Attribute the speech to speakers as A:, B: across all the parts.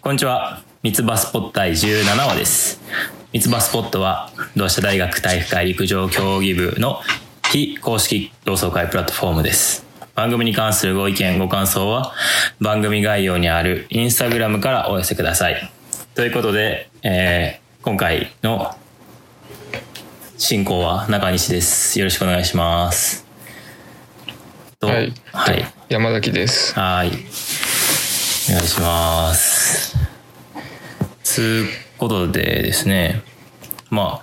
A: こんにちは。三つ葉スポット第17話です。三つ葉スポットは、同志社大学体育会陸上競技部の非公式同窓会プラットフォームです。番組に関するご意見、ご感想は、番組概要にあるインスタグラムからお寄せください。ということで、えー今回の進行は中西です。よろしくお願いします。と
B: はい
A: はい。
B: 山崎です。
A: はい。お願いします。つうことでですね、まあ、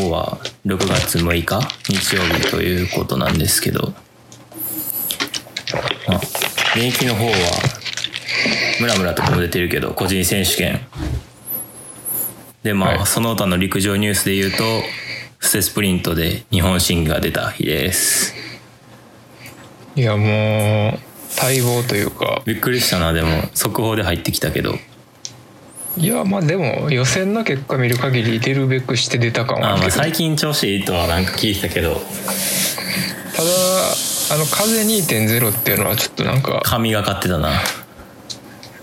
A: 今日は6月6日、日曜日ということなんですけど、まあ、現役の方は、ムラムラとかも出てるけど、個人選手権。で、まあ、
B: はい
A: その他の陸上ニュースで言うと、布勢スプリントで日本新が出た日です。
B: いやもう待望というか、
A: びっくりしたなでも速報で入ってきたけど
B: いやまあでも予選の結果見る限り出るべくして出た感は
A: あ
B: あ
A: ー
B: る
A: まあ
B: けど、
A: 最近調子いいとはなんか聞いてたけど
B: ただあの風2.0っていうのはちょっとなんか
A: 神がかってたな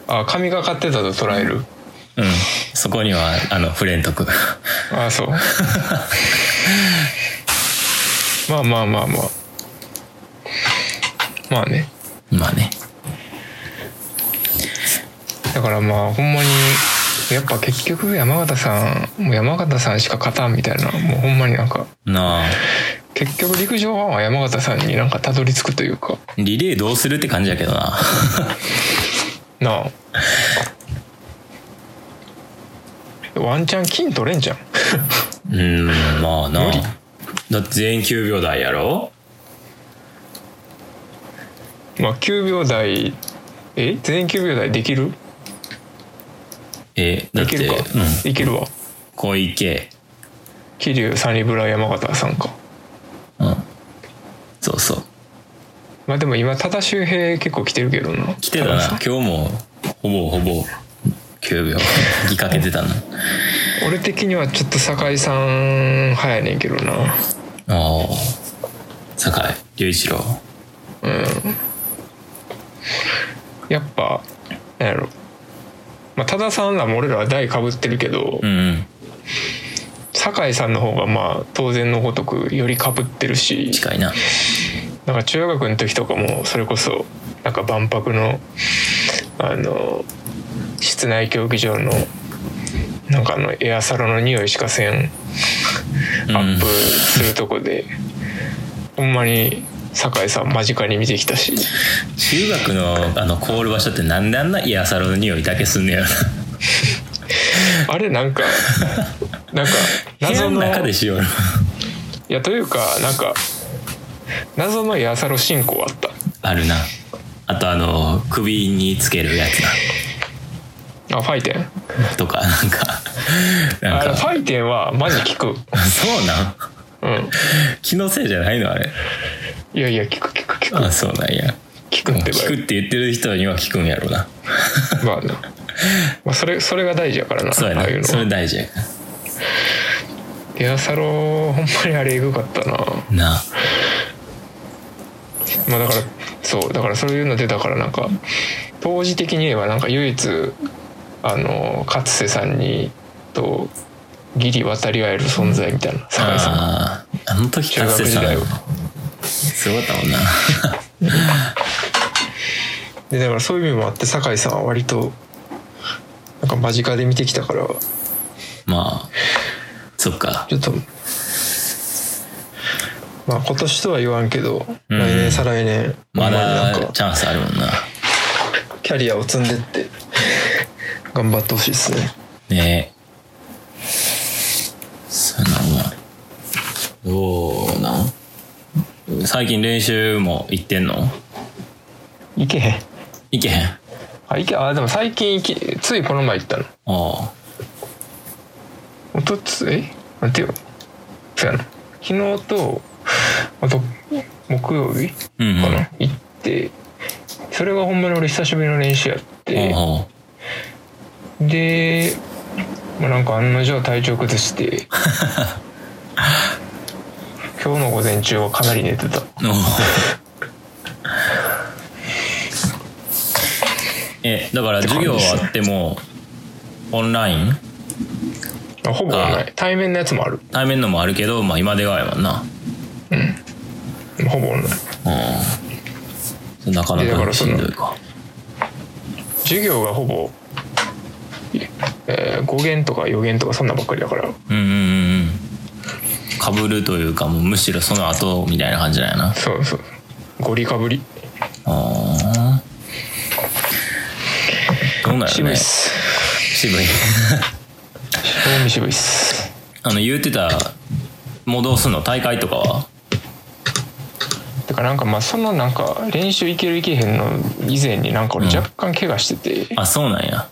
B: あ神がかってたと捉える。
A: うんそこにはあの触れんとく
B: あそう。まあまあまあまあ。まあね。
A: まあね
B: だからまあほんまにやっぱ結局山形さんもう山形さんしか勝たんみたいなもうほんまになんか
A: なあ
B: 結局陸上ファンは山形さんになんかたどり着くというか
A: リレーどうするって感じやけどな
B: なあワンチャン金取れんじゃん
A: うんまあな
B: 無理
A: だって全員9秒台やろ
B: まあ9秒台え全員9秒台できる
A: えだ
B: で
A: っ
B: き
A: て
B: るか、
A: うん、
B: いけるわ
A: 小池
B: 桐生サニブラ山形さんか
A: うんそうそう
B: まあでも今多田修平結構来てるけどな
A: 来てたな
B: 多田さん
A: 今日もほぼほぼ9秒 ぎかけてたな
B: 俺的にはちょっと酒井さん派やねんけどな
A: ああ酒井隆一郎
B: やっぱなんやろまあ多田さんらも俺らは台かぶってるけど、
A: うんうん
B: 酒井さんの方がまあ当然のごとくよりかぶってるし
A: 近いな
B: なんか中学の時とかもそれこそなんか万博のあの室内競技場のなんかあのエアサロの匂いしかせん
A: うん
B: アップするとこで、ほんまに酒井さん間近に見てきたし
A: 中学のあの凍る場所ってなんであんなイヤサロの匂いだけすんねやろ
B: あれなん かなんか
A: な部屋
B: 謎
A: の
B: の
A: 中でしようよ
B: いやというかなんか謎のエアサロ進行あった
A: あるなあとあの首につけるやつ
B: あファイテン
A: なとかなんかなん
B: あれ
A: か
B: ファイテンはマジ 効く
A: そうなん
B: うん
A: 気のせいじゃないのあれ
B: いやいや効く効く効く
A: あそうなんや
B: 効くってば
A: 聞くって言ってる人には聞くんやろうな
B: まあな、まあ、それそれが大事やからな
A: そうや
B: ああいう
A: なそれ
B: の
A: 大事や
B: エアサロほんまにあれエグかったな
A: なあ
B: まあだからそうだからそういうの出たからなんか当時的に言えばなんか唯一あの勝瀬さんにとギリ渡り合える存在みたいな酒井さんが
A: あーあの時
B: 中学時代は
A: すごかったもんな
B: でだからそういう意味もあって酒井さんは割となんか間近で見てきたから
A: まあそっか
B: ちょっとまあ今年とは言わんけど、
A: うん
B: 来年再来年
A: ま
B: ほんまにな
A: だ
B: ん
A: チ
B: か
A: ャンスあるもんな
B: キャリアを積んでって 頑張ってほしいですね
A: ねえ。そうやな、お前。どうなん最近練習も行ってんの
B: いけへん
A: 行けへん。あ
B: あいけあでも最近行きついこの前行ったの
A: あ。
B: おとつえなんていうのそうやな昨日とあと木曜日か
A: うん、うん。
B: な、行ってそれがほんまに俺久しぶりの練習やって、
A: おうおう
B: で、まあ、なんか案の定体調崩して 今日の午前中はかなり寝てた
A: おうえだから授業はあってもオンライン
B: あほぼない対面のやつもある
A: 対面のもあるけど、まあ、今出川やもんな
B: ほぼない
A: うんなかな
B: えだから
A: か
B: そ
A: しん
B: の
A: どいか
B: 授業がほぼ、えー語源とか予言とかそんなばっかりだから
A: うんうんうんうんかぶるというかもうむしろその後みたいな感じなんやな
B: そうそうゴリかぶり
A: あーどうなる
B: 渋い
A: ね
B: っす
A: 渋い
B: 興味渋いっす
A: あの言うてたもうどうすんの大会とかは
B: てかなんかまあそのなんか練習いけるいけへんの以前になんか俺
A: うん
B: 若干怪我してて、
A: あそうなんや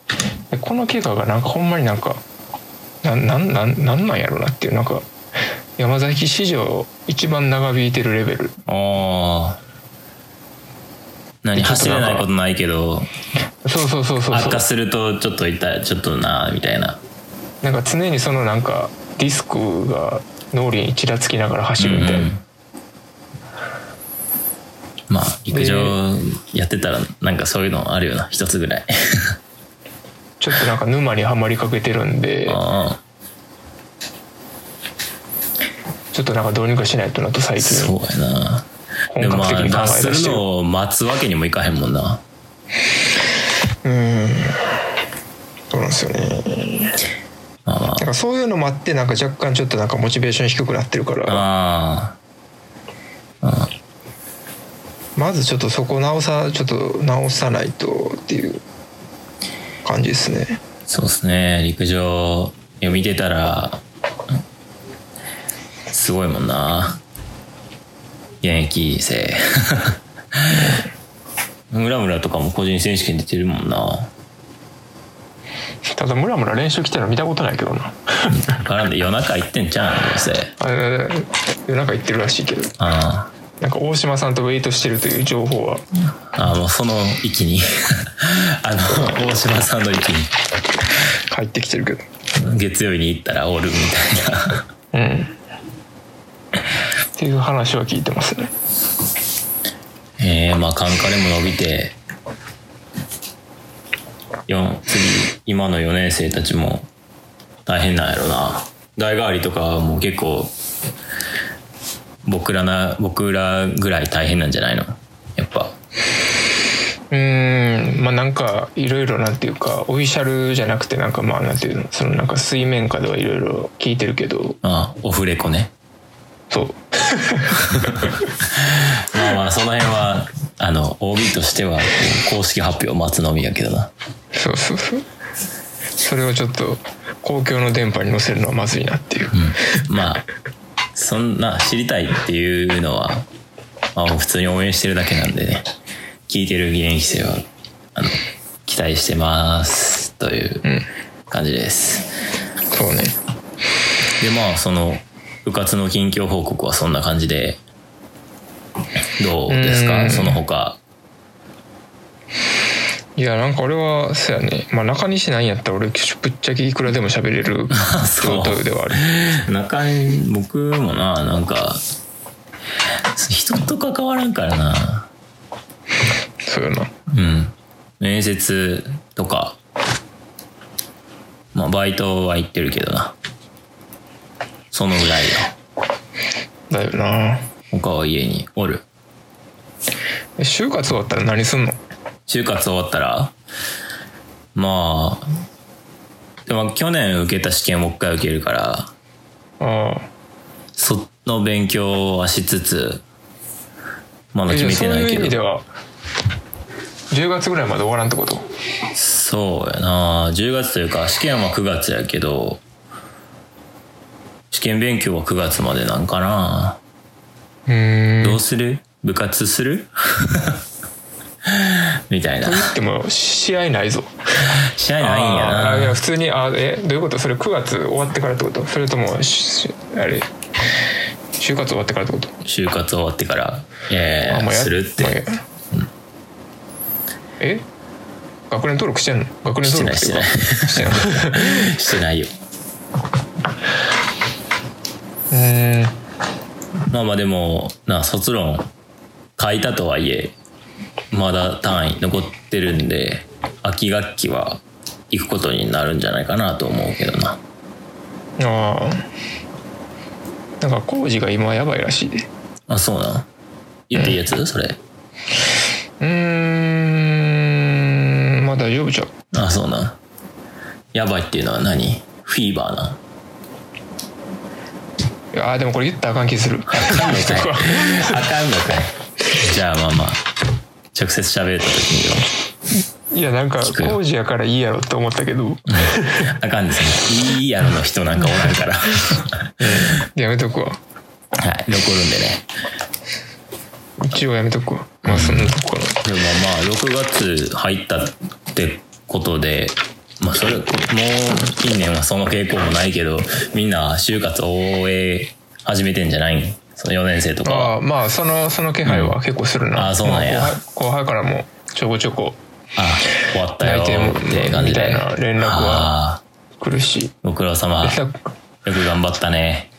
B: でこの怪我がなんかほんまになんかなんなんなんなんなんやろうなっていうなんか山崎史上一番長引いてるレベル
A: ああ何
B: えちょっと
A: 走れないことないけど
B: そうそうそうそうそ
A: 悪
B: う
A: 化するとちょっと痛いちょっとなみたいな
B: なんか常にそのなんかディスクが脳裏にちらつきながら走るみたいな、
A: うんうんまあ陸上やってたらなんかそういうのあるよな一つぐらい
B: ちょっとなんか沼にはまりかけてるんで
A: あ
B: ちょっとなんかどうにかしないとなと最
A: あそ
B: 近
A: うやなで
B: 本
A: もまあ
B: 格的に考
A: 達
B: え出し
A: す
B: て
A: る
B: る
A: のを待つわけにもいかへんもんな
B: うんそうなんですよね
A: まあまあ
B: なんかそういうのもあってなんか若干ちょっとなんかモチベーション低くなってるから
A: あ
B: まずちょっとそこ直さちょっと直さないとっていう感じですね
A: あそうですね陸上を見てたらすごいもんな現役生 村村とかも個人選手権出てるもんな
B: ただムラムラ練習来てるの見たことないけどな
A: 分からんで夜中行ってんちゃうんどうせ
B: あれ夜中行ってるらしいけど
A: あ
B: なんか大島さんとウェイトしてるという情報は
A: あああもうその域に あの大島さんの域に
B: 入ってきてるけど
A: 月曜日に行ったらおるみたいな
B: うんっていう話は聞いてますね
A: えー、まあカンカレも伸びて四次今の4年生たちも大変なんやろな代替わりとかも結構僕らな僕らぐらい大変なんじゃないのやっぱ
B: うーんまあなんかいろいろなんていうかオフィシャルじゃなくてなんかまあなんていうのそのなんか水面下ではいろいろ聞いてるけど
A: あオフレコね
B: そう
A: まあまあその辺はあの OB としてはこう公式発表を待つのみやけどな
B: そうそうそうそれをちょっと公共の電波に載せるのはまずいなっていう、
A: うんまあそんな知りたいっていうのは、まあ、普通に応援してるだけなんでね聞いてる現役生はあの期待してますという感じです、
B: そうね
A: でまあその部活の近況報告はそんな感じでどうです
B: う
A: か
B: ん
A: その他
B: いやなんか俺はそうやねまあ中西なんやったら俺ぶっちゃけいくらでも喋れ る
A: そう
B: 状態ではある
A: 中に僕もななんか人と関わらんからな
B: そうよな
A: うん面接とかまあバイトは行ってるけどなそのぐらいよ
B: だよな
A: 他は家におる
B: え就活終わったら何すんの
A: 就活終わったらまあでも去年受けた試験をもう一回受けるから
B: ああ
A: その勉強はしつつまだ
B: え
A: 決めてない
B: そうい
A: け
B: う意味で
A: ど
B: は10月ぐらいまで終わらんってこと
A: そうやな10月というか試験は9月やけど試験勉強は9月までなんかな
B: うーん
A: どうする部活する みたいな
B: と。言っても試合ないぞ
A: 試合ないんや
B: あーい
A: な。
B: や普通にあえどういうことそれ9月終わってからってことそれともしあれ就活終わってからってこと
A: 就活終わってから、え
B: あんまや
A: するっ
B: まあ
A: て
B: や。え学年登録してんの学年登録
A: してない
B: してないしてない
A: してないよ。
B: うーん
A: まあまあでも、な、卒論書いたとはいえ、まだ単位残ってるんで、明秋学期は行くことになるんじゃないかなと思うけどな
B: ああなんか工事が今やばいらしいで
A: あそうなん言っていいやつそれ
B: うーんまあ大丈夫じゃう
A: あそうなんやばいっていうのは何フィーバーなん
B: いやあでもこれ言ったらあかん気する
A: あかんのかいあかんのかいじゃあまあまあ直接喋った時によ
B: いやなんか
A: くよ
B: 工事やからいいやろって思ったけど
A: あかんですねいいやろの人なんかおらんから
B: やめとくわ
A: はい残るんでね
B: 一応やめとくわまあそんなとこかな
A: でもまあ6月入ったってことでまあそれもう近年はその傾向もないけどみんな就活を終え始めてんじゃないんその4年生とかは
B: ああまあそのその気配は結構する
A: う
B: な、
A: んああそうなんや
B: まあ後輩後輩からもちょこちょこ
A: あ終わったよ
B: 内定も
A: って感じ
B: みた
A: で
B: いな連絡は
A: ああ
B: 来るし
A: ご苦労様よ
B: 連絡
A: く頑張ったね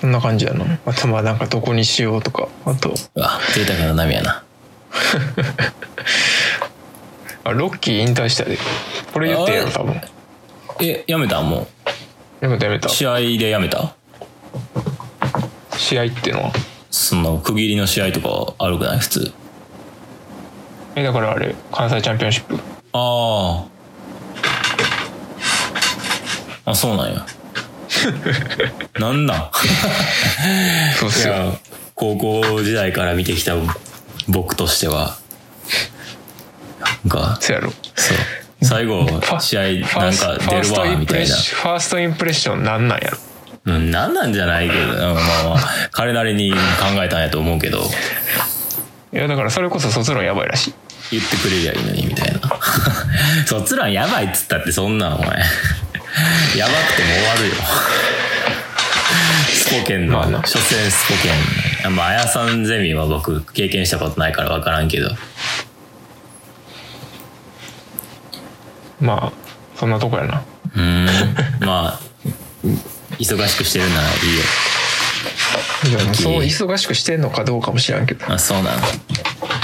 B: そんな感じやなあとまあなんかどこにしようとかあと
A: うわ贅沢な波やな
B: あロッキー引退したでこれ言ってんやろ多分
A: えやめたも
B: やめたやめた
A: う試合でやめた
B: 試合っていうのは
A: その区切りの試合とかあるくない普通
B: えだからあれ関西チャンピオンシップ
A: あああそう なんやなんなん
B: そうっ
A: い
B: すよ
A: や高校時代から見てきた僕としてはなんか
B: そうやろ
A: そう最後
B: ファ
A: 試合なんか出るわみたいな
B: ファーストインプレッションファーストインプレッションなんなんやろ
A: うんなんなんじゃ ないけどうんまあまあ彼なりに考えたんやと思うけど
B: いやだからそれこそ卒論やばいらしい
A: 言ってくれりゃいいのにみたいな 卒論やばいっつったってそんなんお前やばくても終わるよスポケンの、
B: まあな
A: 初戦スポケンまあ綾さんゼミは僕経験したことないから分からんけど
B: まあそんなとこやな
A: うーんまあ忙しくしてるならいいよ
B: でも
A: ッキー
B: そう忙しくしてんのかどうかも知らんけど
A: あそうなの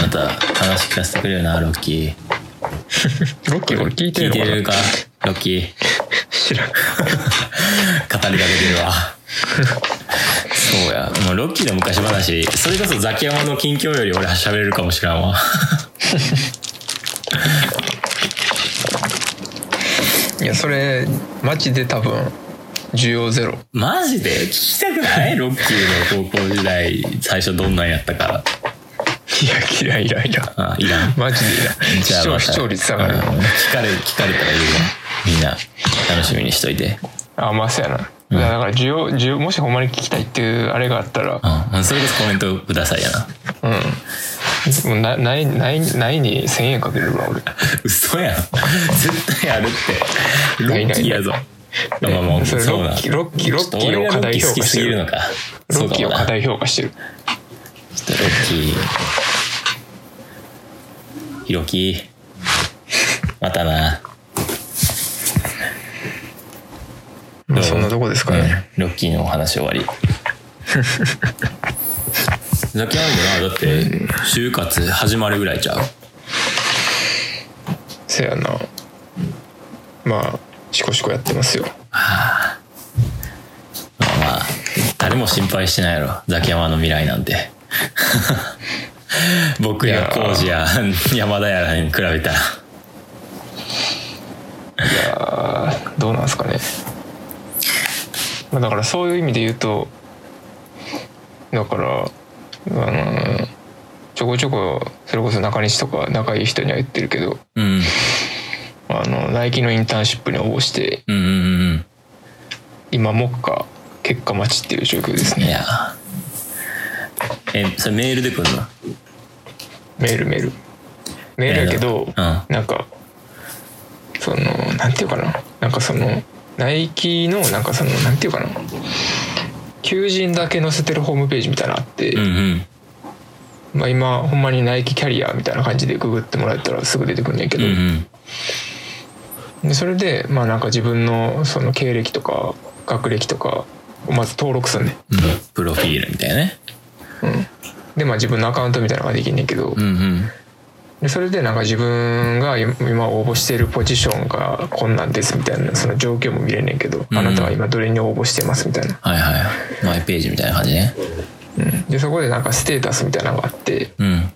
A: また話聞かせてくれるなロッキー
B: ロッキーこれ聞いて
A: 聞い
B: るの
A: て
B: かな
A: るかロッキー
B: 知らん
A: 語りかけてるわそうやもうロッキーの昔話それこそザキヤマの近況より俺は喋れるかもしらんわ
B: いやそれマジで多分需要ゼロ
A: マジで聞きたくないロッキーの高校時代最初どんなんやったか
B: いやいやいやいや
A: あいらん
B: マジでいらん視
A: ま
B: 聴
A: た
B: 視聴率下がる
A: うん聞かれ聞かれたら言うわみんな楽しみにしといて、
B: あまあそうやな、いやだから需要需要もしほんまに聞きたいっていうあれがあったら
A: うん、それこそコメントくださいやな
B: うんもうなないないないに1000円かけるわ俺
A: 嘘やん絶対あるってロ
B: ない
A: ッ
B: ない
A: キーやぞあまあまあ
B: それ
A: そうなん
B: ロッキーロッキーロッキー
A: ちょっと俺
B: を
A: が
B: 過
A: ロッ
B: 大
A: キー
B: 評
A: 好き
B: 価
A: す
B: して
A: ぎる
B: る
A: のか
B: ロッキー
A: そうかも
B: を
A: な
B: 過大評価してる
A: ちょっとロッキー。ひろき。またな。
B: まあ
A: どう
B: そんなとこですかね、
A: うんロッキーのお話終わり。ザキヤンもな、だって、就活始まるぐらいちゃう。
B: せやなまあシコシコやってますよ
A: まあまあ、誰も心配してないやろ。ザキヤマの未来なんて。 僕や
B: いやー
A: 浩二や山田やらに比べたら。
B: あーどうなんですかね、まあ、だからそういう意味で言うとだからあのちょこちょこそれこそ中西とか仲いい人には言ってるけど
A: うん。
B: あのナイキのインターンシップに応募して
A: うんうんうん
B: 今目下結果待ちっていう状況です
A: うん。い
B: ね
A: やーえ、それメールで来るの
B: メールメールメールやけど、
A: メールうん
B: なんかそのなんていうかななんかそのナイキのなんかそのなんていうかな求人だけ載せてるホームページみたいなのあって、
A: うんうん。
B: まあ、今ほんまにナイキキャリアみたいな感じでググってもらえたらすぐ出てくるんやけ
A: うん
B: ど、
A: うん。
B: でそれでまあなんか自分のその経歴とか学歴とかをまず登録するね、
A: プロフィールみたいなね。
B: うん、でまあ自分のアカウントみたいなのができんねんけど、
A: うんうん。
B: でそれでなんか自分が今今応募しているポジションがこんなんですみたいなその状況も見れんねんけど、
A: うん
B: あなたは今どれに応募してますみたいな、
A: はいはいマイページみたいな感じね
B: うん、でそこでなんかステータスみたいなのがあって
A: うん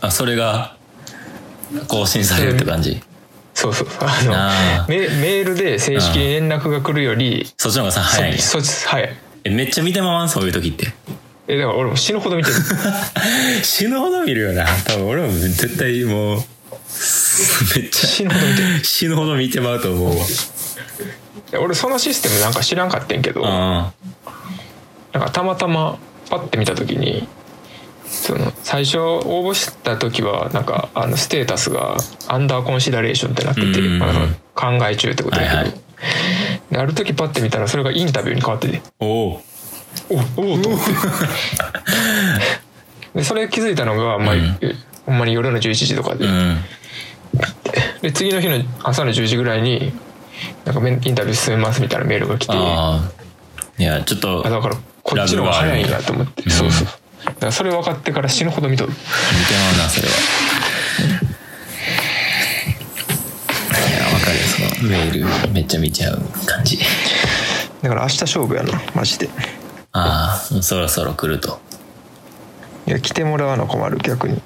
A: あそれが更新されるって感じ
B: そうそうあの
A: あー
B: メメールで正式に連絡が来るより
A: そっちの方がさ
B: そ
A: 早いんや
B: そっちはい
A: えめっちゃ見てまわんそういう時って
B: えだから俺も死ぬほど見てる
A: 死ぬほど見るよな多分俺も絶対もう めっち
B: 死ぬほど見て
A: ゃ死ぬほど見てまうと思う
B: る俺そのシステムなんか知らんかったんやけどなん
A: わ
B: かたまたまパッて見た時にその最初応募した時はなんかあのステータスがアンダーコンシダレーションってなってて、
A: うんうんうん
B: まあなんか考え中ってことだけど、
A: はいはい
B: である時パッて見たらそれがインタビューに変わってて
A: うんおお
B: おおーと思って でそれ気づいたのが、まあ
A: うん
B: ほんまに夜の11時とかで、
A: うん
B: で次の日の朝の10時ぐらいになんかメンインタビュー進めますみたいなメールが来て
A: あ
B: あ
A: あいやちょっと
B: だからこっちの方が早いなと思って
A: ラグ
B: そ
A: がある
B: うそうだからそれ分かってから死ぬほど見とる
A: 似てまうなそれはいやわかるよそのメールめっちゃ見ちゃう感じ
B: だから明日勝負やなマジで
A: ああそろそろ来ると
B: いや来てもらわな困る逆に
A: うん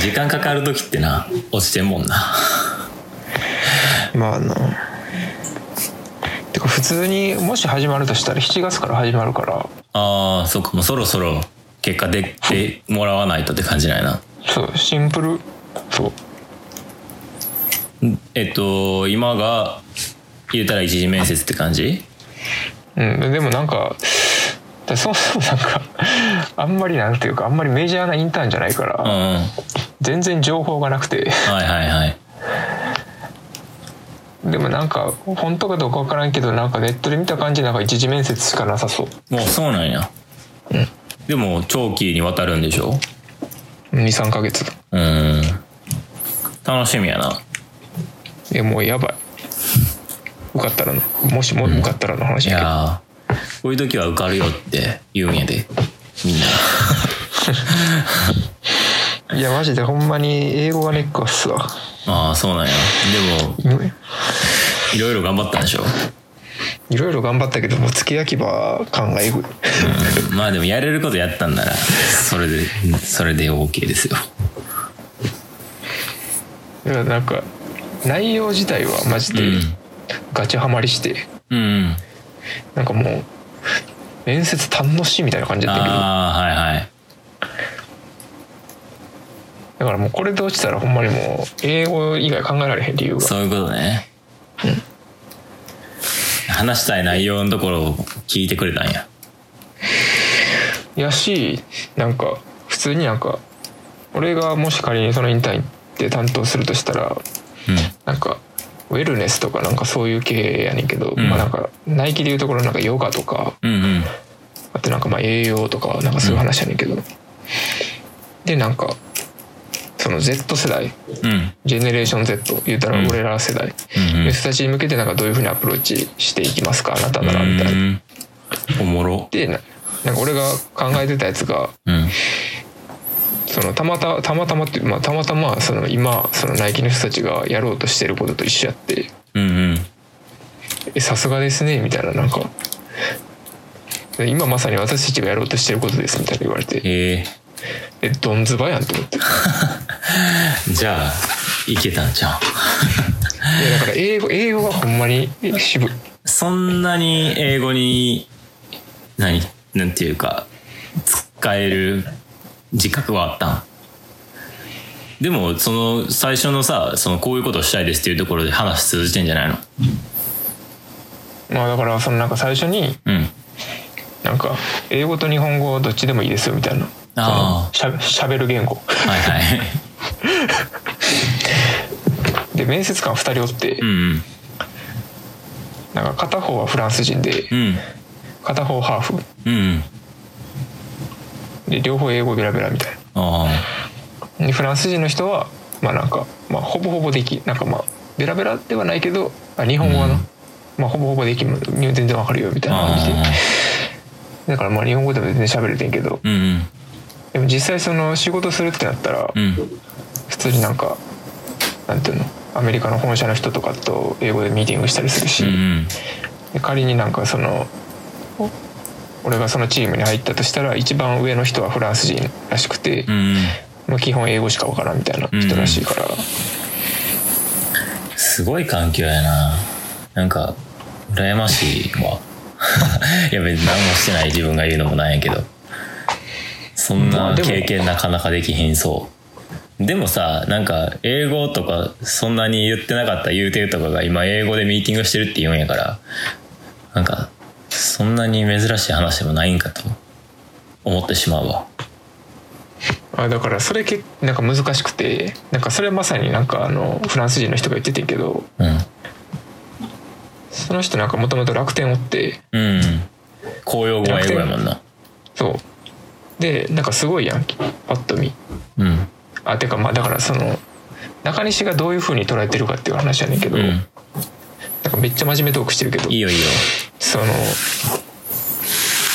A: 時間かかる時ってな落ちてんもんな
B: まあなてか普通にもし始まるとしたら7月から始まるから
A: ああそっかもうそろそろ結果出てもらわないとって感じないな
B: そうシンプルそう
A: えっと今が言うたら一次面接って感じ
B: うん、でもなんかだそもそもなんかあんまりなんていうかあんまりメジャーなインターンじゃないか
A: うんう
B: ら、
A: ん
B: 全然情報がなくて
A: はいはいはい
B: でもなんか本当かどうかわからんけどなんかネットで見た感じなんか一次面接しかなさそう
A: もうそうなんや、でも長期にわたるんでしょ
B: 23ヶ月
A: うん楽しみやない
B: やもう やばい受かったらのもしも受かったらの
A: い
B: 話や
A: やーこういう時は受かるよって言うんやでみんな
B: けどいやマジでほんまに英語がネックっすわ
A: ああそうなんやでもいろいろ頑張ったんでしょ、
B: いろいろ頑張ったけどもう付け焼き場感がえぐい
A: うん、まあでもやれることやったんならそれでそれで OK ですよ
B: いやなんか内容自体はマジ
A: う
B: で
A: ん
B: ガチハマりして、
A: うんうん
B: なんかもう面接楽しいみたいな感じだったけど
A: ああはいはい
B: だからもうこれで落ちたらほんまにもう英語以外考えられへん理由が
A: そういうことね、話したい内容のところを聞いてくれたんや
B: やしなんか普通になんか俺がもし仮にそのインターンで担当するとしたら
A: うん
B: なんかウェルネスとかなんかそういう系やねんけど、
A: ん
B: まあなんかナイキでいうところのなんかヨガとか
A: うんうん
B: あとなんかまあ栄養とかなんかそういう話やねんけど、でなんかその Z 世代
A: うんうん
B: ジェネレーション Z 言うたら俺ら世代、
A: うん
B: の人たちに向けてなんかどういうふうにアプローチしていきますかあなたならみたいな。
A: うんおもろ
B: でななんか俺が考えてたやつが
A: うん
B: そのたまたたまたまっていう、まあ、たまたまその今そのナイキの人たちがやろうとしてることと一緒やって
A: うんうん
B: 「えさすがですね」みたいななんか「で今まさに私たちがやろうとしてることです」みたいな言われて
A: ええ
B: 「えどんずばやん」と思ってい
A: じゃあいけたんじゃん
B: やだから英語英語がほんまにえ渋い
A: そんなに英語に何なんていうか使える自覚はあったんでもその最初のさそのこういうことをしたいですっていうところで話通じてんじゃないの
B: まあだからそのなんか最初に
A: うん
B: なんか英語と日本語どっちでもいいですよみたいな
A: あ
B: そのしゃしゃべる言語
A: あはいはい
B: で面接官2人おって、
A: うんうん
B: なんか片方はフランス人で
A: うん
B: 片方ハーフ
A: うんうん
B: で両方英語ベラベラみたい
A: あ
B: なでフランス人の人はまあなんか、まあ、ほぼほぼできなんかまあベラベラではないけどあ日本語はな、
A: うん
B: まあ、ほぼほぼできる全然わかるよみた
A: あ
B: いな感じで
A: あ
B: だからまあ日本語でも全然喋れてんけど
A: うんうん
B: でも実際その仕事するってなったら
A: うん
B: 普通になんかなんていうのアメリカの本社の人とかと英語でミーティングしたりするし、
A: うんうん
B: で仮になんかそのお俺がそのチームに入ったとしたら一番上の人はフランス人らしくて、
A: うんうん
B: まあ、基本英語しか分からんみたいな人らしいから、
A: すごい環境やななんか羨ましいわ いや別に何もしてない自分が言うのもなんやけどそん
B: ま
A: な
B: あでも
A: 経験なかなかできへんそうでもさなんか英語とかそんなに言ってなかった言うてるとかが今英語でミーティングしてるって言うんやからなんかそんなに珍しい話でもないんかと思ってしまうわ
B: あだからそれけなんか難しくてなんかそれまさになんかあのフランス人の人が言っててんけど
A: うん
B: その人なんかもともと楽天おって
A: うん公用語は英語やもんな
B: そうでなんかすごいやんパッと見
A: うん
B: あてかまあだからその中西がどういうふうに捉えてるかっていう話やねんけど、
A: う
B: なん
A: ん
B: かめっちゃ真面目トークしてるけど
A: いいよいいよ
B: その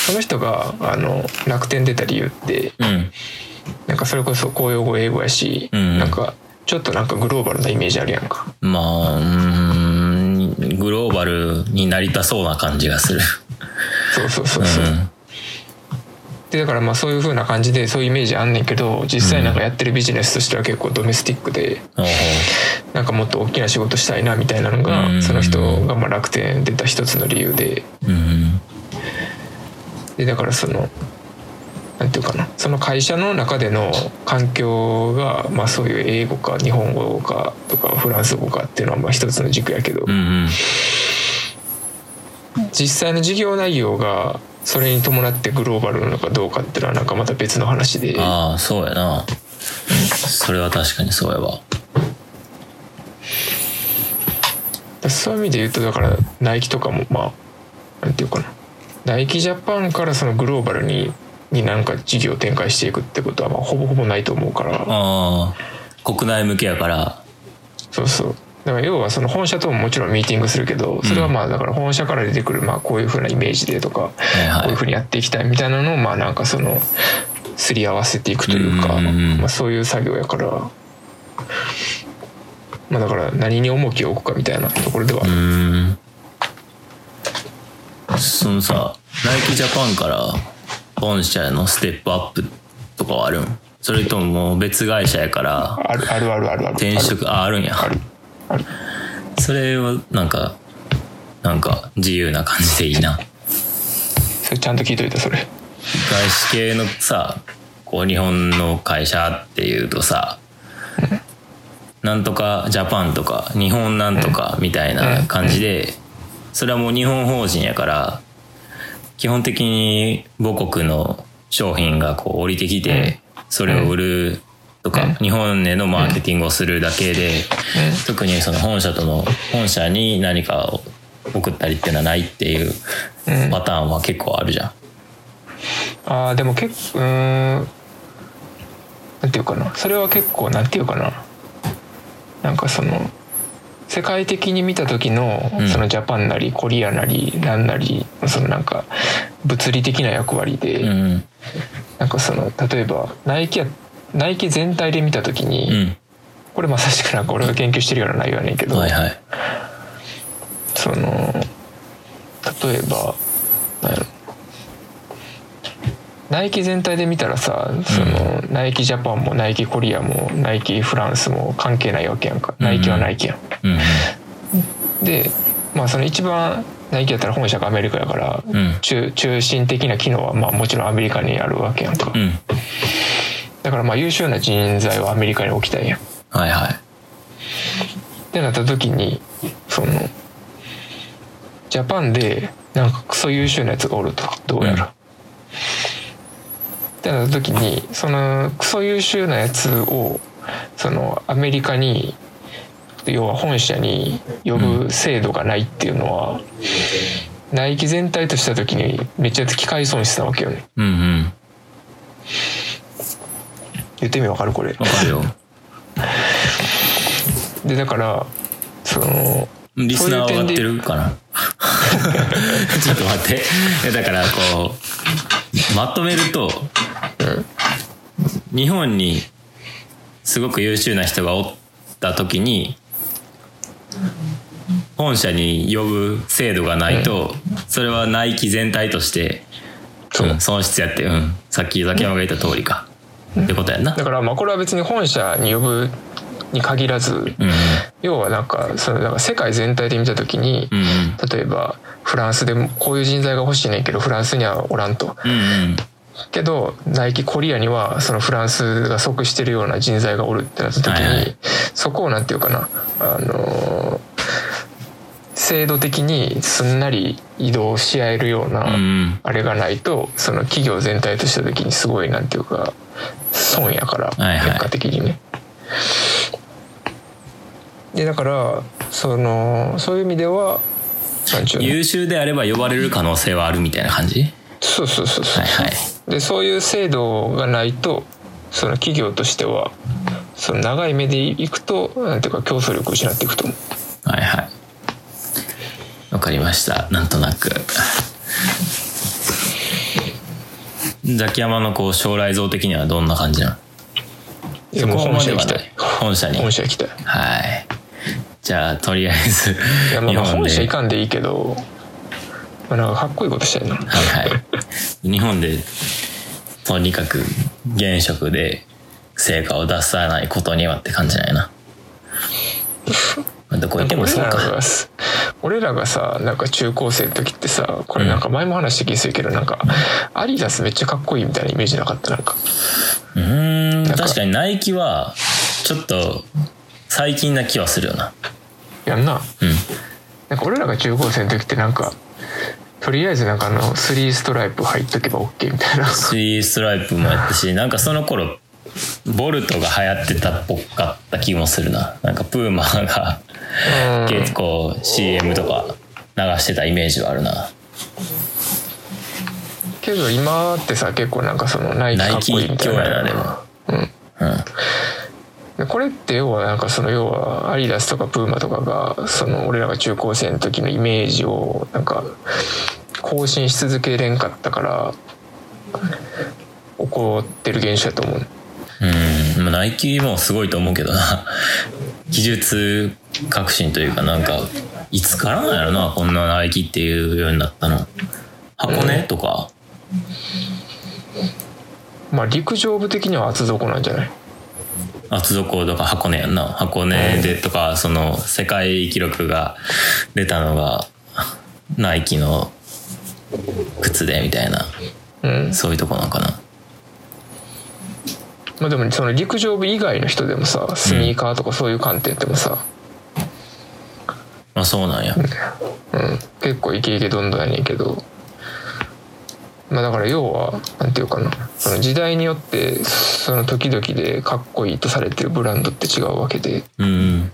B: その人があの楽天出た理由って
A: うん
B: なんかそれこそ公用語英語やし、
A: うん
B: なんかちょっとなんかグローバルなイメージあるやんか
A: まあ、うーん、グローバルになりたそうな感じがする。
B: そうそうそううそう、
A: ん。
B: でだからまあそういう風な感じでそういうイメージあんねんけど実際なんかやってるビジネスとしては結構ドメスティックで
A: おう
B: なんかもっと大きな仕事したいなみたいなのが、
A: うん
B: その人がまあ楽天出た一つの理由で
A: うん。
B: でだからそのなんていうかなその会社の中での環境が、まあ、そういう英語か日本語かとかフランス語かっていうのはまあ一つの軸やけど、
A: うんうん。
B: 実際の事業内容がそれに伴ってグローバルなのかどうかっていうのはなんかまた別の話で。
A: ああ、そうやな。それは確かにそうやわ。
B: そういう意味で言うとだからナイキとかもまあなんていうかなナイキジャパンからそのグローバルにになんか事業展開していくってことはまあほぼほぼないと思うから
A: ああ、国内向けやから。
B: そうそうだから要はその本社とももちろんミーティングするけどそれはまあだから本社から出てくるまあこういうふうなイメージでと
A: はい
B: かこう
A: は
B: いう
A: い
B: ふう。にやっていきたいみたいなのをまあなんかそのすり合わせていくというか
A: うんうんうん
B: まあそういう作業やからまあだから何に重きを置くかみたいなところでは
A: うーん。そのさ、ナイキジャパンから本社へのステップアップとかはあるんそれとももう別会社やから
B: あるあるあるあるある
A: 転職、あ、あるんや。
B: あるある
A: それはなんかなんか自由な感じでいいな
B: それちゃんと聞いといたそれ
A: 外資系のさこう日本の会社っていうとさなんとかジャパンとか日本なんとかみたいな感じでそれはもう日本法人やから基本的に母国の商品がこう降りてきてそれを売るとか日本へのマーケティングをするだけで特にその本社との本社に何かを送ったりっていうのはないっていう
B: うん
A: パターンは結構あるじゃん。
B: ああでも結構うーんなんていうかなそれは結構なんていうかななんかその世界的に見た時の
A: うん
B: そのジャパンなりコリアなりなんなりそのなんか物理的な役割
A: う
B: で
A: ん
B: なんかその例えばナイキやナイキ全体で見た時
A: う
B: に
A: ん
B: これまさしくなんか俺が研究してるような内容やねんけど
A: はいはい。
B: その例えばなんやろナイキ全体で見たらさその、ナイキジャパンもナイキコリアもナイキフランスも関係ないわけやんか
A: うん
B: ナイキはナイキやん。
A: うん
B: でまあその一番ナイキやったら本社がアメリカやから、
A: うん
B: 中中心的な機能はまあもちろんアメリカにあるわけやんか、
A: うん
B: だからまあ優秀な人材をアメリカに置きたいやん。っ
A: はいはい。
B: てなった時にそのジャパンでなんかクソ優秀なやつがおるとどうやら。ってなった時にそのクソ優秀なやつをそのアメリカに要は本社に呼ぶ制度がないっていうのは、ナイキ全体とした時にめっちゃ機械損失なわけよね
A: うんうん。
B: 言ってみわかるこれ
A: わかるよ。
B: でだからその
A: リスナーは分かってるかな ちょっと待って。いやだからこう、まとめると、日本にすごく優秀な人がおった時に本社に呼ぶ制度がないと、それはナイキ全体として、
B: そう
A: うん損失やって、うん、さっきザキヤマが言った通りか、ってことやんな
B: だからまあこれは別に本社に呼ぶに限らず
A: うんうん
B: 要はなんかそのなんか世界全体で見た時に
A: うんうん
B: 例えばフランスでもこういう人材が欲しいねんけどフランスにはおらんと
A: うんうん
B: けどナイキコリアにはそのフランスが即してるような人材がおるってなった時に、
A: はいはい
B: そこをなんていうかなあのー制度的にすんなり移動し合えるよう
A: うんう
B: なんあれがないとその企業全体とした時にすごいなんていうか損やから
A: いはい
B: 結果的にね。でだからそのそういう意味ではなんちゅうの
A: 優秀であれば呼ばれる可能性はあるみたいな感じ
B: そうそうそうそう
A: はいはい
B: でそういう制度がないとその企業としてはその長い目でいくとなんていうか競争力を失っていくと思う
A: はいはいわかりましたなんとなくザキヤマのこう将来像的にはどんな感じなの
B: でも
A: そこまで
B: 行
A: は
B: きた
A: ないい本社に
B: 本社行きたい
A: はいじゃあとりあえず
B: いやまあ
A: 日
B: まあ
A: 本
B: 本
A: で
B: 社行かんでいいけど、まあ、なんかかっこいいことしたいな
A: はいはい日本でとにかく現職で成果を出さないことにはって感じないなまあどこ行っても
B: 俺
A: そう
B: ら
A: か
B: がさ俺らがさなんか中高生の時ってさこれなんか前も話した気がするけどなんかアリダスめっちゃかっこいいみたいなイメージなかったなんか
A: うーん
B: なんか
A: 確かにナイキはちょっと最近な気はするよな
B: やんな
A: うん
B: なんか俺らが中高生の時ってなんかとりあえずなんかあの3ストライプ入っとけば OK みたいな
A: スリーストライプもやったしなんかその頃ボルトが流行ってたっぽかった気もするななんかプーマが
B: うん
A: 結構 CM とか流してたイメージはあるな
B: けど今ってさ結構なんかそのナイキかっこいいみたいな
A: ナイキ一強やなでもうん
B: でこれって要はなんかその要はアリダスとかプーマとかがその俺らが中高生の時のイメージをなんか更新し続けれんかったから起こってる現象やと思う
A: うん、まあナイキもすごいと思うけどな 技術革新というかなんかいつからなんやろなこんなナイキっていうようになったの箱根とか、
B: まあ陸上部的には厚底なんじゃない
A: 厚底とか箱根やんな箱根でとかその世界記録が出たのがナイキの靴でみたいな
B: うん
A: そういうとこなんかな
B: まあでもその陸上部以外の人でもさスニーカーとかそういう観点でもさ、
A: まあそうなんや
B: うん、結構イケイケどんどんやねんけどまあだから要はなんていうかなその時代によってその時々でかっこいいとされてるブランドって違うわけで、
A: うん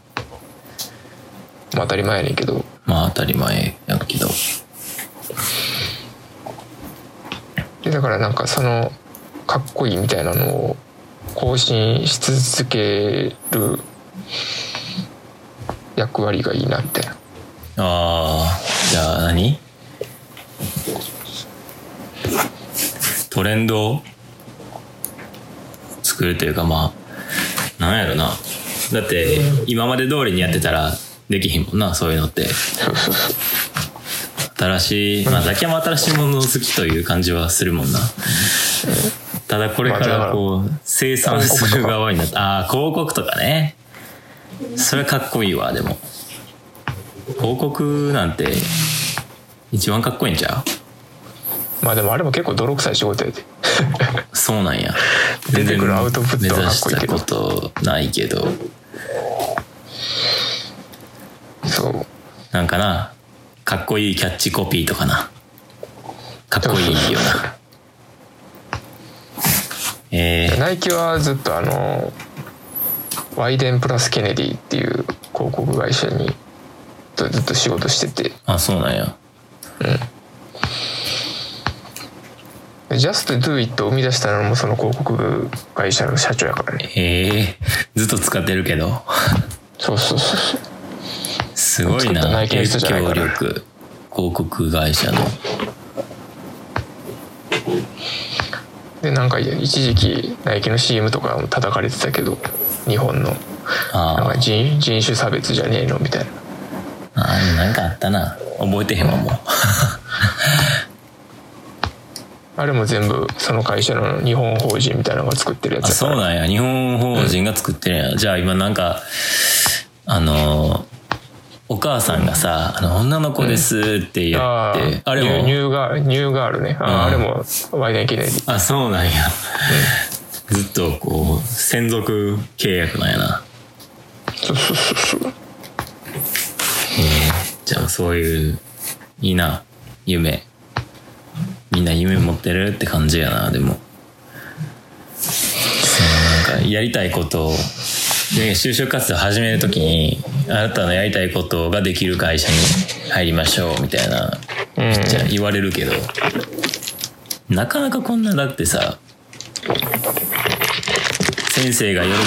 B: まあ、当たり前やねんけど
A: まあ当たり前やけど
B: でだからなんかそのかっこいいみたいなのを更新し続ける役割がいいなみたいな
A: ああじゃあ何トレンドを作るというかまあなんやろなだって今まで通りにやってたらできひんもんなそういうのって
B: そうそうそう
A: 新しいまあザキヤマ新しいもの好きという感じはするもんなただこれか
B: まあだからら
A: こう生産する側になったああー広告とかねそれかっこいいわでも広告なんて一番かっこいいんちゃ
B: まあでもあれも結構泥臭い仕事やで
A: うそうなんや
B: 出てくるアウトプットはかっこいいけど
A: 目指したことないけど
B: そう
A: なんかなかっこいいキャッチコピーとかなかっこいいよな えー、
B: ナイキはずっとあのワイデンプラスケネディっていう広告会社にずずっと仕事してて
A: あそうなんや
B: 「Just Do It」を生み出したのもその広告会社の社長やからね
A: へえずっと使ってるけど
B: そうそうそうそう
A: すごい
B: 作った
A: な
B: ナイキの
A: 影
B: 人じゃないか
A: 響
B: ら
A: 力広告会社の
B: ででなんか一時期ナイキの CM とかも叩かれてたけど日本の
A: あ
B: なん
A: ー
B: か人人種差別じゃねえのみたいな
A: あーなんかあったな覚えてへんわもう
B: あれも全部その会社の日本法人みたいなのが作ってるや
A: あ
B: つ
A: そう
B: だから
A: なんや日本法人が作ってるんや、じゃあ今なんかあのーお母さんがさ「あの女の子です」って言って、
B: あー
A: あれ
B: ニューニ
A: も
B: ューガーニューガールねあ,、
A: うん
B: あれもワイデン・ケネディ
A: あそうなんや、ずっとこう専属契約なんやな
B: そうそうそうそう
A: じゃあそういういいな夢みんな夢持ってるって感じやなでもそうなんかやりたいことをで就職活動始めるときにあなたのやりたいことができる会社に入りましょうみたいな
B: うん
A: じゃあ言われるけどなかなかこんなだってさ先生が喜ぶよ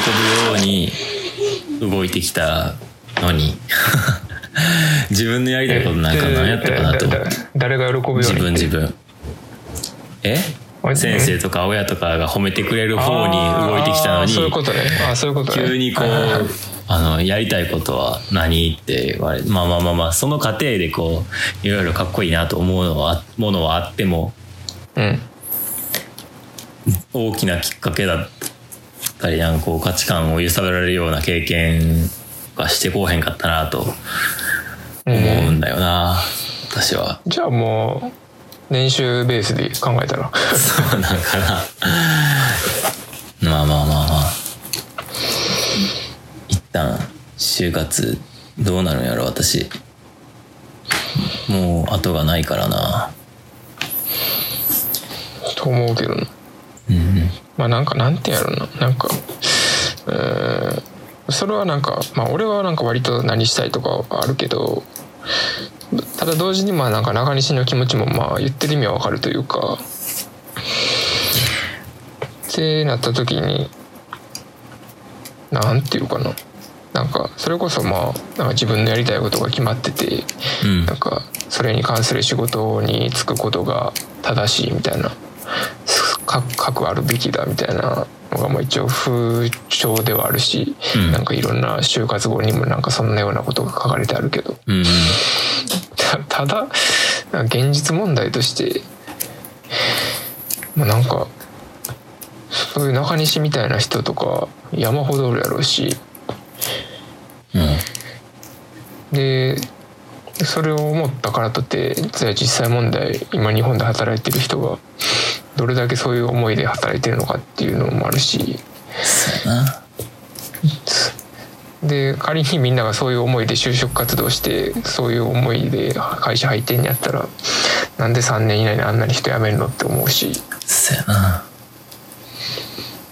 A: うに動いてきたのに 自分のやりたいことなんか何やったかなと思っ
B: え
A: て
B: ええ誰が喜ぶように
A: 自分自分え
B: あれ
A: 先生とか親とかが褒めてくれる方に動いてきたの
B: あー
A: に
B: そういうことねあーそういうことね
A: 急にこう
B: はいはいはい
A: あのやりたいことは何って言われまあまあまあまあその過程でこういろいろかっこいいなと思うのはものはあっても
B: うん
A: 大きなきっかけだったりなんかこう価値観を揺さぶられるような経験がしてこうへんかったなと思うんだよな、私は
B: じゃあもう年収ベースで考えたら
A: そうなんかなまあまあまあまあ一旦就活どうなるんやろ私もう後がないからな
B: と思うけどな
A: うんうん
B: まあなんかなんてやろうななんかうーんそれはなんかまあ俺はなんか割と何したいとかはあるけどただ同時にまあなんか中西の気持ちもまあ言ってる意味はわかるというかってなった時になんていうかななんかそれこそまあなんか自分のやりたいことが決まってて
A: うん
B: なんかそれに関する仕事に就くことが正しいみたいなかくあるべきだみたいなのがまあ一応風潮ではあるし、
A: うん
B: なんかいろんな就活後にもなんかそんなようなことが書かれてあるけど
A: うんうん
B: たただなんか現実問題として、まあ、なんかそういう中西みたいな人とか山ほどおるやろうし
A: うん
B: でそれを思ったからとってじゃあ実際問題今日本で働いてる人がどれだけそういう思いで働いてるのかっていうのもあるし
A: そうやな
B: で仮にみんながそういう思いで就職活動してそういう思いで会社入ってんやったらなんで3年以内にあんなに人辞めるのって思うし
A: そうやな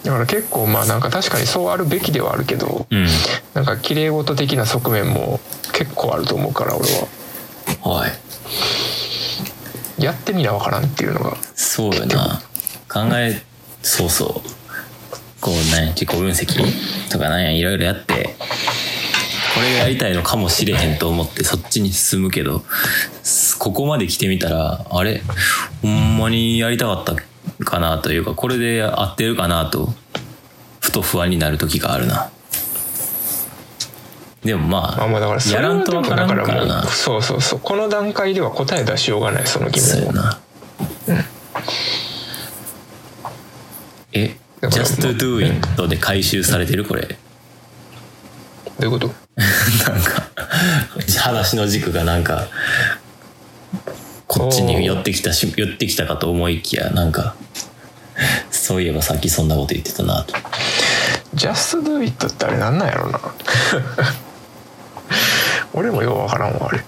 B: だから結構まあなんか確かにそうあるべきではあるけど
A: うん
B: なんか綺麗事的な側面も結構あると思うから俺は
A: はい
B: やってみなわからんっていうのが
A: そうよな考えそうそうこうなんや自己分析とかなんやいろいろやってこれがやりたいのかもしれへんと思ってそっちに進むけどここまで来てみたらあれほんまにやりたかったかなというかこれで合ってるかなとふと不安になる時があるなでもま
B: まあ
A: あ
B: まあだからそ
A: や
B: れ
A: ら
B: は
A: んと
B: でも
A: わか
B: だ
A: らん
B: か
A: からら
B: も
A: な
B: うそうそうそうこの段階では答え出しようがないその君
A: そうや
B: も
A: な。え、
B: だから
A: just do it で回収されてるこれ。
B: どういうこと
A: なんか、話の軸がなんか、こっちに寄ってきたし、寄ってきたかと思いきや、なんか、そういえばさっきそんなこと言ってたなと。
B: Just do it ってあれなんなんやろな 俺もようわからんわあれ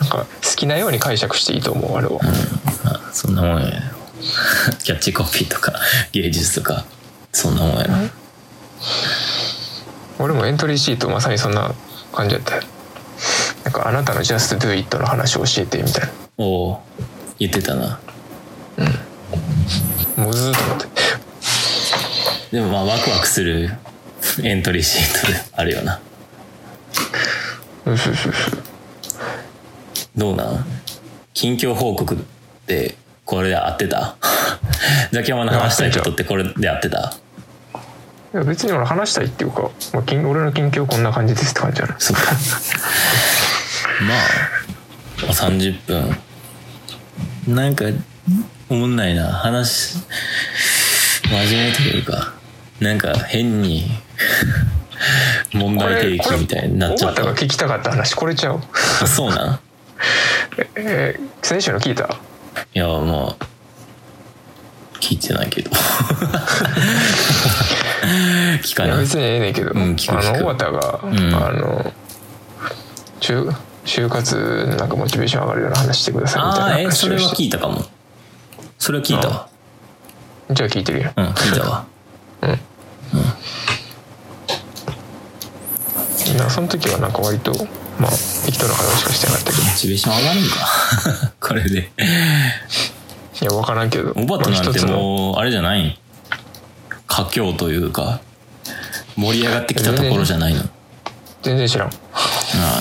B: なんか好きなように解釈していいと思うあれは、
A: まあそんなもんやろ。キャッチコピーとか、芸術とか、そんなもんやろ。
B: 俺もエントリーシートまさにそんな感じやったよなんかあなたの Just do it の話を教えてみたい
A: おお言ってたな。
B: なもうずーっと思って
A: でもまあワクワクするエントリーシートであるよな。
B: うんそうそうそう
A: どうなん近況報告ってこれで合ってたザキヤマの話したいことってこれで合ってた
B: いや別に俺話したいっていうか、まあ、近俺の近況こんな感じですって感じじゃない
A: そっかまあ30分なんかおもんないな話真面目というかなんか変に問
B: こ
A: 題
B: れ
A: 提起みたいになっちゃっ
B: こ
A: た
B: れ尾形が聞きたかった話これちゃう
A: あそうなん
B: えー、先週の聞いた
A: いやまあ聞いてないけど 聞か
B: いや
A: ない
B: 別にええねんけど、
A: ん聞く
B: あ
A: 聞く
B: の尾形が、
A: ん
B: あの就就活なんかモチベーション上がるような話してくださいみたい
A: あ
B: な
A: あーえ
B: 話
A: それ
B: を
A: は
B: して
A: 聞いたかもそれは聞いたわ
B: じゃあ聞いてるよ
A: うん聞いた わ
B: なその時はなんか割とまあ適当な話しかしてなかったけど
A: モチベーション上がるんか これで
B: いや分からんけど
A: オバト
B: ま
A: な
B: あ
A: ん
B: 一
A: て
B: つの
A: もうあれじゃないん佳境というか盛り上がってきたところじゃないの
B: 全然知らん
A: あ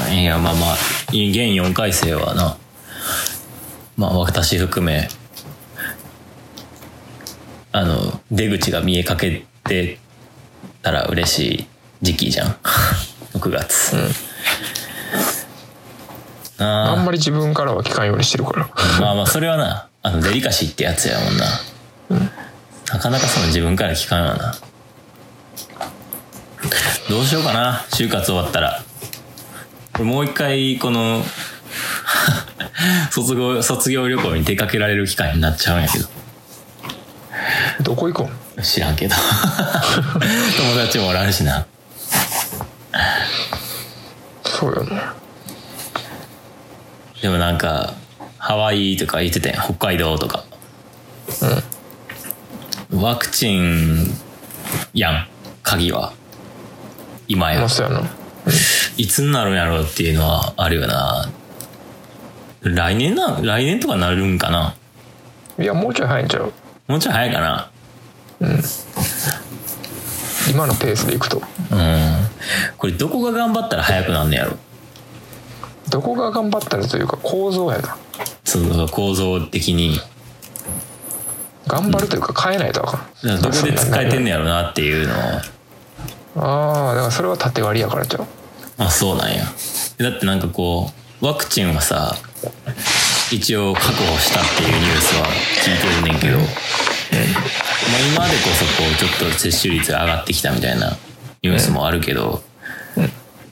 A: あいやまあまあ現4回生はなまあ私含めあの出口が見えかけてたら嬉しい時期じゃん 6月、ああ
B: あんまり自分からは聞かんようにしてるから
A: まあまあそれはなあのデリカシーってやつやもんな、なかなかその自分から聞かんわなどうしようかな就活終わったらこれもう一回この 卒業卒業旅行に出かけられる機会になっちゃうんやけど
B: どこ行こ
A: 知らんけど 友達もおらんしな
B: うそうよね
A: でもなんかハワイとか言ってたやん北海道とかワクチンやん鍵は今
B: ま
A: や
B: あそうやない
A: つになるんやろうっていうのはあるよな来年な来年とかなるんかない
B: やもうちょい早いんちゃう
A: もうちょい早いかな
B: 今のペースでいくと
A: うんこれどこが頑張ったら早くなんねやろ
B: どこが頑張ったらというか構造やな
A: その構造的に
B: 頑張るというか変えないとあか
A: ど
B: ん
A: こで使えてん
B: ね
A: ねやろなっていうのを
B: ああだからそれは縦割りやからちゃう
A: あそうなんやだってなんかこうワクチンはさ一応確保したっていうニュースは聞いてるねんけど、まあ、今までこそこうちょっと接種率が上がってきたみたいなニュースもあるけど、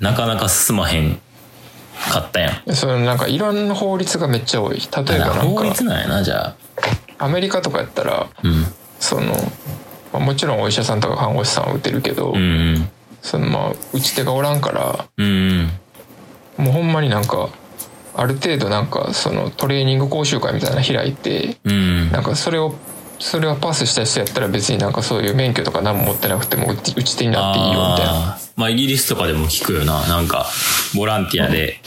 A: なかなか進まへんかったやん
B: そのなんかいろんな法律がめっちゃ多い例えば
A: だから
B: なん
A: 法律
B: か
A: なんやなじゃあ
B: アメリカとかやったら
A: うん
B: その、まあ、もちろんお医者さんとか看護師さんは打てるけど、
A: うん
B: そのまあ打ち手がおらんから
A: うんうん
B: もうほんまになんかある程度なんかそのトレーニング講習会みたいなの開いて
A: うんうん
B: なんかそれをそれをパスした人やったら別になんかそういう免許とか何も持ってなくても打ち打ち手になっていいよみたいな
A: あーまあイギリスとかでも聞くよななんかボランティアで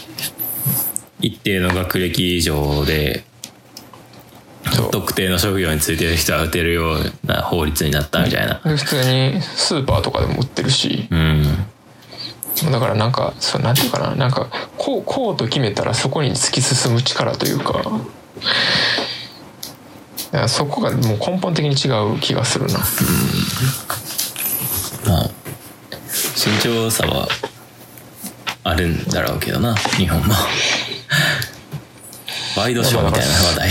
A: 一定の学歴以上で
B: そう
A: 特定の職業についてる人は打てるような法律になったみたいな
B: で普通にスーパーとかでも売ってるし
A: うん
B: だからなんかそうなんていうかななんかこうこうと決めたらそこに突き進む力というかだからそこがもう根本的に違う気がするな
A: まあ身長差はあるんだろうけどな日本もワイドショーみたいな話題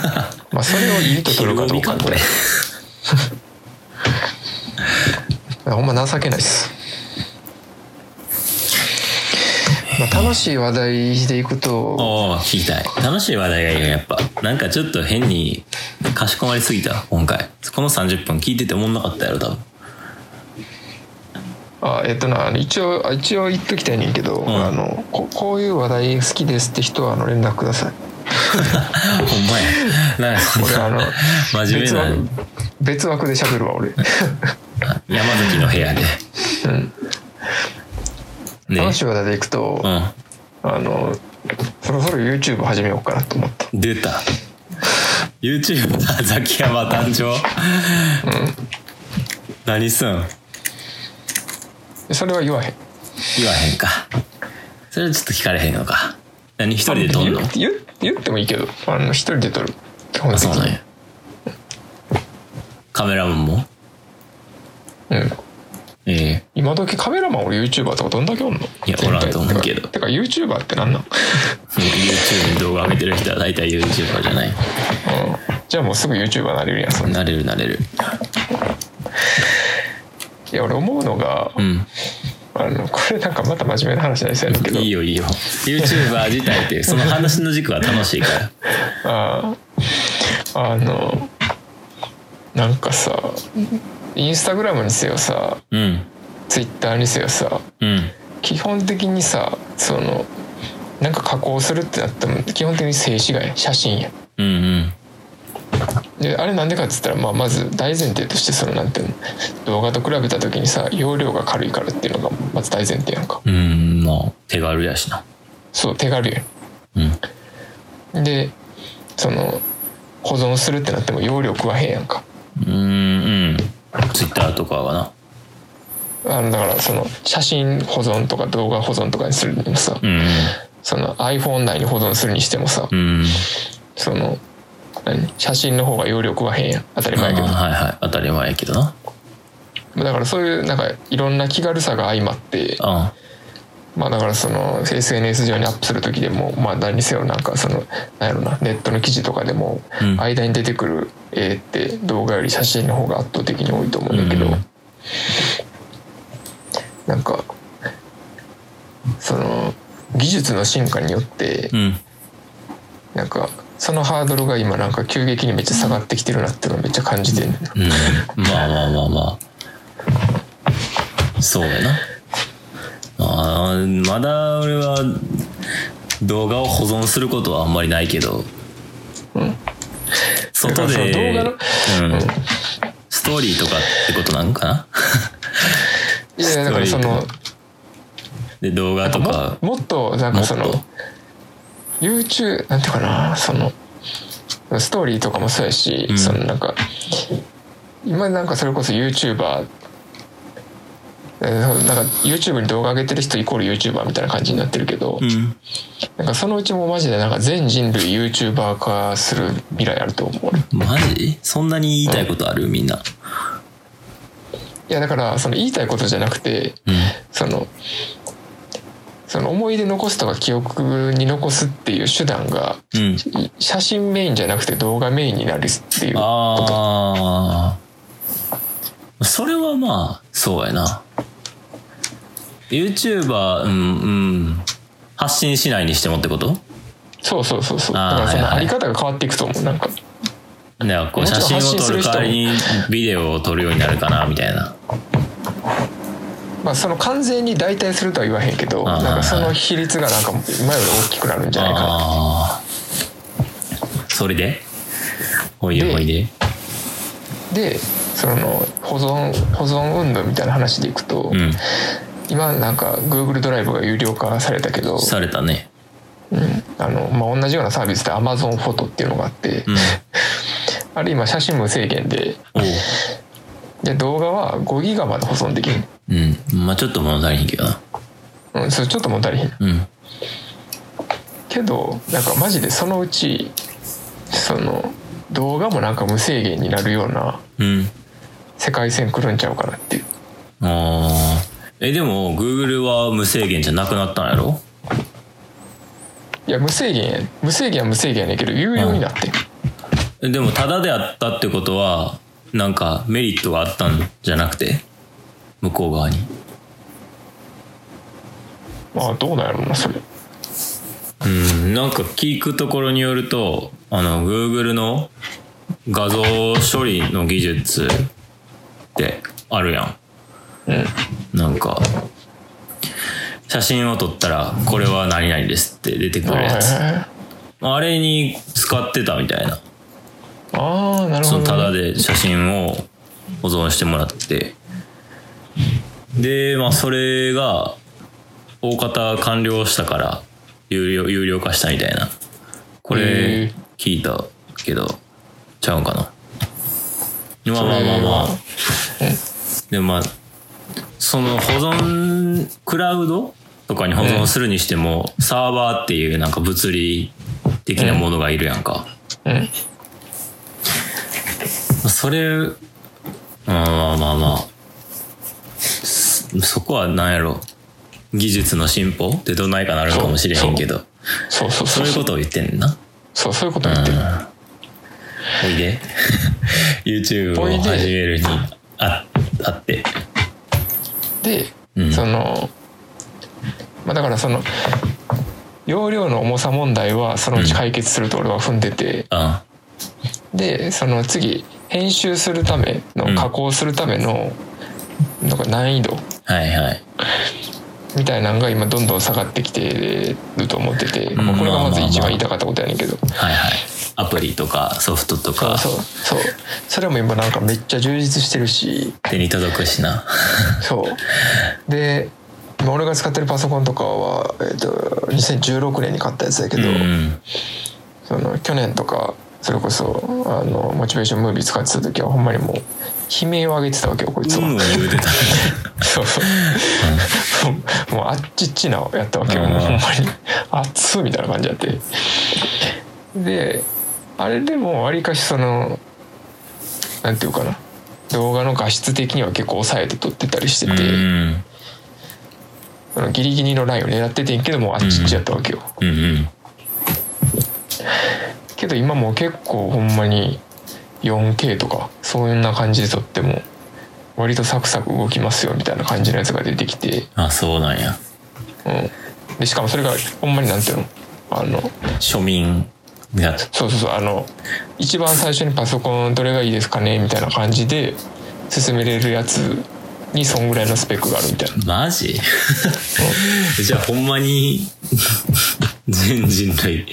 B: まあそれをいいと取る
A: 昼
B: かど
A: 帯
B: うか
A: か
B: っ
A: これ
B: てほんま情けないっす、まあ、楽しい話題でいくと
A: おお聞きたい楽しい話題がいいよやっぱなんかちょっと変にかしこまりすぎた今回この30分聞いてて思んなかったやろ多分
B: あえっとな一応あ一応言っときたいねんけど、
A: ん
B: あのここういう話題好きですって人はあの連絡ください
A: ほんまやなんかそん
B: 俺あの
A: な真面目な
B: 別枠別枠で喋るわ俺
A: 山崎の部屋でね
B: 楽しい話題でいくと、
A: う
B: あのそろそろ YouTube 始めようかなと思った
A: ん出た YouTuber ザキヤマ誕生何すん
B: それは言わへん
A: 言わへんかそれはちょっと聞かれへんのか何一人で撮んの
B: 言言言ってもいいけどあの一人で撮る基本
A: あ
B: 的
A: そう
B: に
A: ねカメラマンも
B: うん
A: ええ
B: 今時カメラマン俺 YouTuber とかどんだけおんの
A: いやおらんと思うけど
B: てかてか YouTuber っ てなんなん
A: YouTube に動画上げてる人は大体 YouTuber じゃない
B: じゃあもうすぐ YouTuber になれるやんそんな
A: なれるなれる
B: いや俺思うのが、
A: うん
B: あのこれなんかまた真面目な話になりそうやねんけど
A: いいよいいよ YouTuber 自体ってその話の軸は楽しいから
B: あーあのなんかさインスタグラムにせよさ
A: うん
B: ツイッターにせよさ
A: うん
B: 基本的にさそのなんか加工するってなっても基本的に静止画や写真や
A: うんうん
B: であれなんでかっつったら、まあ、まず大前提としてそのなんていうの動画と比べた時にさ容量が軽いからっていうのがまず大前提やんか
A: うんまあ手軽やしな
B: そう手軽やん
A: うん
B: でその保存するってなっても容量食わへんやんか
A: うんうん Twitter とかはな
B: あのだからその写真保存とか動画保存とかにするにもさ
A: うん
B: その iPhone 内に保存するにしてもさ
A: うんうん
B: その何写真の方が容量食わへんやん当たり前やけ
A: あ
B: ど
A: ーはいはい当たり前やけどな
B: だからそういうなんかいろんな気軽さが相まって
A: あ
B: まあだからその SNS 上にアップする時でもまあ何にせよなんかそのなんやろなネットの記事とかでも
A: うん
B: 間に出てくる絵って動画より写真の方が圧倒的に多いと思うんだけど、
A: うん
B: なんかその技術の進化によって
A: うん
B: なんかそのハードルが今なんか急激にめっちゃ下がってきてるなっていうのをめっちゃ感じてる
A: うんまあまあまあまあそうやなあーまだ俺は動画を保存することはあんまりないけど、外
B: だからそ
A: で
B: の動画の
A: うん、ストーリーとかってことなんかない
B: やだからその
A: で動画と
B: も
A: か
B: もっとなんかそ
A: もっ
B: の
A: と
B: YouTube なんていうかなそのストーリーとかもそうやし、
A: うん
B: そのなんか今なんかそれこそ YouTuber えーなんか YouTube に動画上げてる人イコール YouTuber みたいな感じになってるけど、
A: うん
B: なんかそのうちもうマジでなんか全人類 YouTuber 化する未来あると思う俺い
A: マジそんなに言いたいことあるみんな
B: やだからその言いたいことじゃなくて
A: うん
B: そのその思い出残すとか記憶に残すっていう手段が
A: うん
B: 写真メインじゃなくて動画メインになるっていうこと
A: ああそれはまあそうやな YouTuber うんうん発信しないにしてもってこと
B: そうそうそうそう
A: あー
B: だから
A: は
B: その
A: い
B: あ
A: はい
B: り方が変わっていくと思うなんか
A: だからこう
B: もちろ
A: 写
B: ん
A: 真を撮る
B: 発信する人
A: 代わりにビデオを撮るようになるかなみたいな
B: まあその完全に代替するとは言わへんけど
A: あー
B: なんかその比率がなんか前より大きくなるんじゃないかな
A: ああそれでおいで
B: で
A: おいで
B: でその保存保存運動みたいな話でいくと、
A: うん
B: 今なんか Google ドライブが有料化されたけど、
A: されたね
B: うんあのまあ、同じようなサービスで Amazon フォトっていうのがあって、
A: うん
B: あれ今写真無制限で
A: おう
B: で動画は5ギガまで保存できる、
A: うんまあちょっと物足りへんけどな
B: うん、それちょっと物足りへん
A: うん
B: けどなんかマジでそのうちその動画もなんか無制限になるような
A: うん
B: 世界線来るんちゃうかなっていう
A: ああえでも Google は無制限じゃなくなったんやろ
B: いや無制限や無制限は無制限やねんけど有料になってん、
A: でもタダであったってことはなんかメリットがあったんじゃなくて向こう側に
B: まあどうなんやろうなそれ
A: うんなんか聞くところによるとあの Google の画像処理の技術ってあるやん
B: うん
A: なんか写真を撮ったらこれは何々ですって出てくるやつ
B: あ
A: あれに使ってたみたいな
B: あーなる
A: そ
B: ほ
A: のタ
B: ど
A: ダ
B: ね
A: で写真を保存してもらってでまあそれが大方完了したから有料有料化したみたいなこ
B: へ
A: れ
B: え
A: 聞いたけどちゃうんかなまあまあまあまあでもまあその保存クラウドとかに保存するにしても、サーバーっていうなんか物理的なものがいるやんか、
B: うん
A: そそれうんまあまあまあそそこは何やろ技術の進歩ってどないかなるかもしれへんけど
B: そうそう
A: そ
B: そう
A: ういう
B: そ
A: こ
B: う
A: とを言ってんねんな
B: そうそういうこと言ってる
A: おいで YouTube を
B: おいで
A: 始めるにああって
B: で、
A: うん
B: そのまあだからその容量の重さ問題はそのうち解決すると俺は踏んでて、
A: あ
B: でその次編集するため
A: うん
B: の加工するための、なんか難易度
A: はいはい
B: みたいなのが今どんどん下がってきてると思ってて、
A: ん
B: まあこれがま
A: まあまあま
B: ず一
A: あ
B: 番言いたかったことやねんけど、
A: はいはいアプリとかソフトとか
B: そうそうそうそれも今なんかめっちゃ充実してるし
A: 手に届くしな
B: そうで今俺が使ってるパソコンとかは、えっと2016年に買ったやつだけ
A: う
B: ど、
A: ん
B: その去年とかそれこそあのモチベーションムービー使ってた時はほんまにもう悲鳴を上げてたわけよこいつ
A: う
B: は、
A: んを言うてた
B: そうそうもうもうあっちっちなやったわけよ
A: うん
B: もうほんまに熱っみたいな感じやってであれでもわりかしそのなんていうかな動画の画質的には結構抑えて撮ってたりして
A: う
B: て、
A: ん
B: そのギリギリのラインを狙っててんけどもうあっちっちやったわけよ、
A: うんうん
B: けど今もう結構ほんまに 4K とかそんな感じで撮っても割とサクサク動きますよみたいな感じのやつが出てきて、
A: あそうなんや
B: うん、でしかもそれがほんまになんていうのあの
A: 庶民が
B: そうそうそうあの一番最初にパソコンどれがいいですかねみたいな感じで進めれるやつにそんぐらいのスペックがあるみたいな
A: マジ じゃあほんまに全人類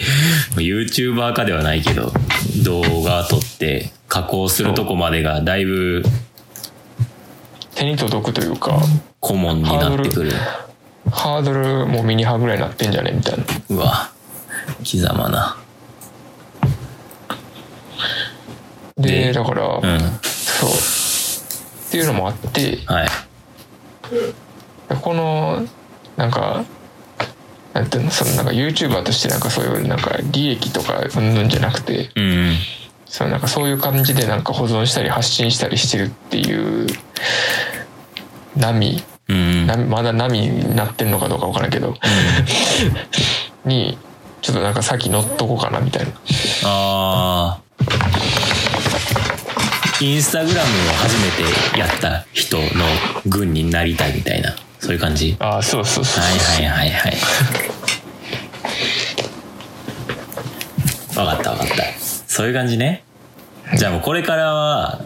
A: YouTuber かではないけど動画撮って加工するとこまでがだいぶ
B: 手に届くというか
A: 顧問になってくる
B: ハードルもうミニハーぐらいになってんじゃねみたいな
A: うわ貴様なで
B: でだから、
A: うん
B: そうっていうのもあって
A: はい
B: このなんかなんていうのそのなんか YouTuber としてなんかそういうなんか利益とかうんぬんじゃなくて
A: うんうん
B: そのなんかそういう感じでなんか保存したり発信したりしてるっていう波
A: うん
B: 波まだ波になってんのかどうかわからんけどにちょっとなんかさっき乗っとこうかなみたいな
A: あーインスタグラムを初めてやった人の軍になりたいみたいなそういう感じ
B: ああそうそうそう
A: はいはいはいはい分かった分かったそういう感じねじゃあもうこれからは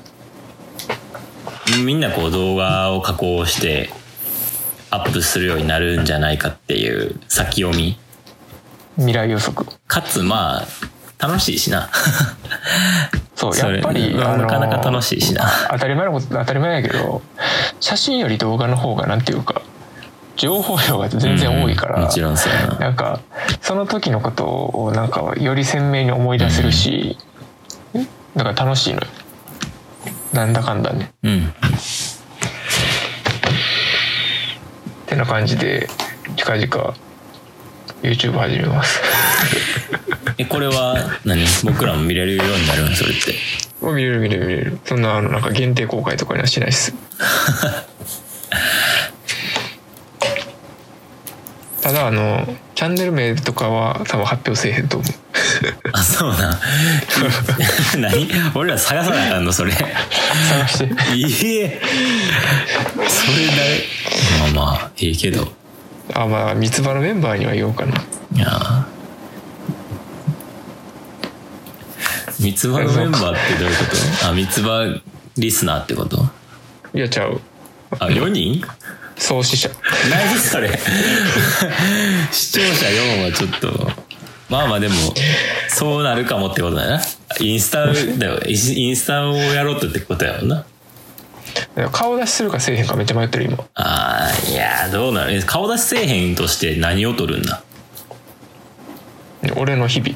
A: みんなこう動画を加工してアップするようになるんじゃないかっていう先読み
B: 未来予測
A: かつまあ楽しいしな
B: そう
A: そ
B: や
A: れ
B: っぱり、
A: うん
B: あの
A: なかなか楽しいしな
B: 当たり前のこと当たり前やけど写真より動画の方がなんていうか情報量が全然多いから、
A: うんもちろんそうやな
B: なんかその時のことをなんかより鮮明に思い出せるし、だから楽しいのよなんだかんだね
A: うん
B: ってな感じで近々 YouTube 始めます
A: えこれは何僕らも見れるようになるんそれって
B: もう 見れる見れる見れるそんなあのなんか限定公開とかにはしない ですただあのチャンネル名とかは多分発表せえへんと思う
A: あそうなん 何俺ら探さなあかんのそれ
B: 探して
A: いえそれだまあまあいいけど
B: あまあ三つ葉のメンバーには言おうかない
A: やー三つ葉のメンバーってどういうことあ三つ葉リスナーってこと
B: いやちゃう
A: あ4人
B: 創始者
A: 何それ視聴者4はちょっとまあまあでもそうなるかもってことだよなインスタだよインスインスタをやろうとってことやもんな
B: 顔出しするかせえへんかめっちゃ迷ってる今
A: あーいやーどうなるえ顔出しせえへんとして何を撮るんだ
B: 俺の日々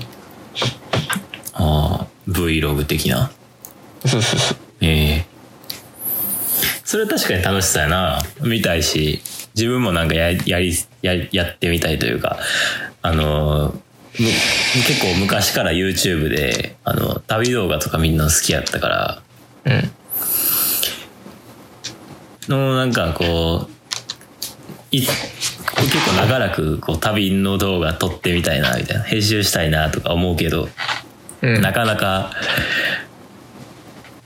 A: ああ Vlog 的な
B: そうそうそう
A: ええそれは確かに楽しそうやな見たいし自分もなんかややりややってみたいというかあのーむ結構昔から YouTube であの旅動画とかみんな好きやったから
B: うん
A: のなんかこうい結構長らくこう旅の動画撮ってみたいなみたいな編集したいなとか思うけど、
B: うん
A: なかなか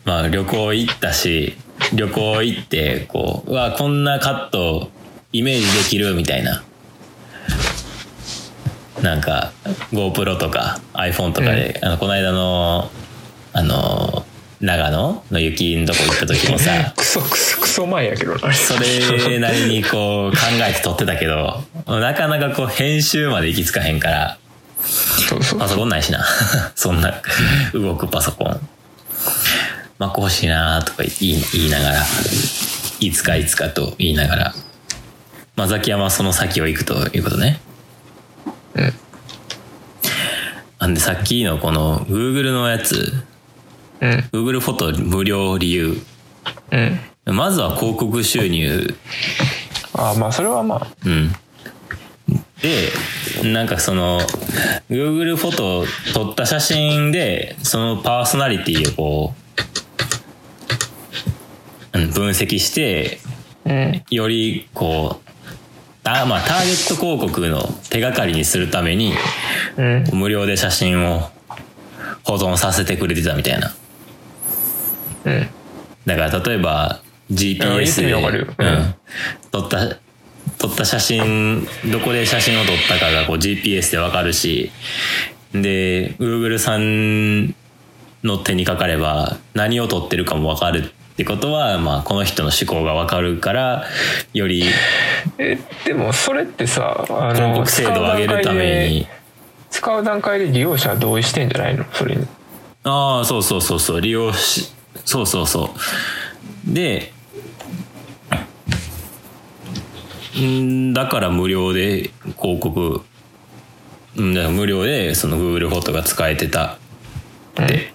A: まあ旅行行ったし旅行行ってこううわこんなカットイメージできるみたいななんか GoPro とか iPhone とかで、あのこの間のあの長野の雪のとこ行った時も さ
B: クソクソクソ前やけどなあれ
A: それなりにこう考えて撮ってたけど、なかなかこう編集まで行き着かへんから、
B: そうそう
A: パソコンないしな。 そんな動くパソコン。マック欲しいなとか言い言いながら、いつかいつかと言いながら、まあ、ザキヤマはその先を行くということね。
B: うん
A: なんでさっきのこの Google のやつ、
B: うん
A: Google フォト無料理由。
B: うん
A: まずは広告収入
B: あまあそれはまあ
A: うん。で、なんかその、Google フォトを撮った写真で、そのパーソナリティをこう、うん分析して、
B: うん
A: よりこう、あまあ、ターゲット広告の手がかりにするために、
B: うん
A: 無料で写真を保存させてくれてたみたいな。
B: うん
A: だから例えば
B: うん言っ
A: GPS
B: てみ
A: で、
B: ようわかるようん
A: うん撮った撮った写真どこで写真を撮ったかがこう GPS でわかるしで Google さんの手にかかれば何を撮ってるかもわかるってことは、まあ、この人の思考がわかるからより
B: えでもそれってさあ
A: 広告精度を上げるために
B: 使う段階で使う段階で利用者は同意してんじゃないのそれに
A: ああそうそうそうそう利用しそうそうそうでんだから無料で広告んだから無料でその Google フォトが使えてた
B: で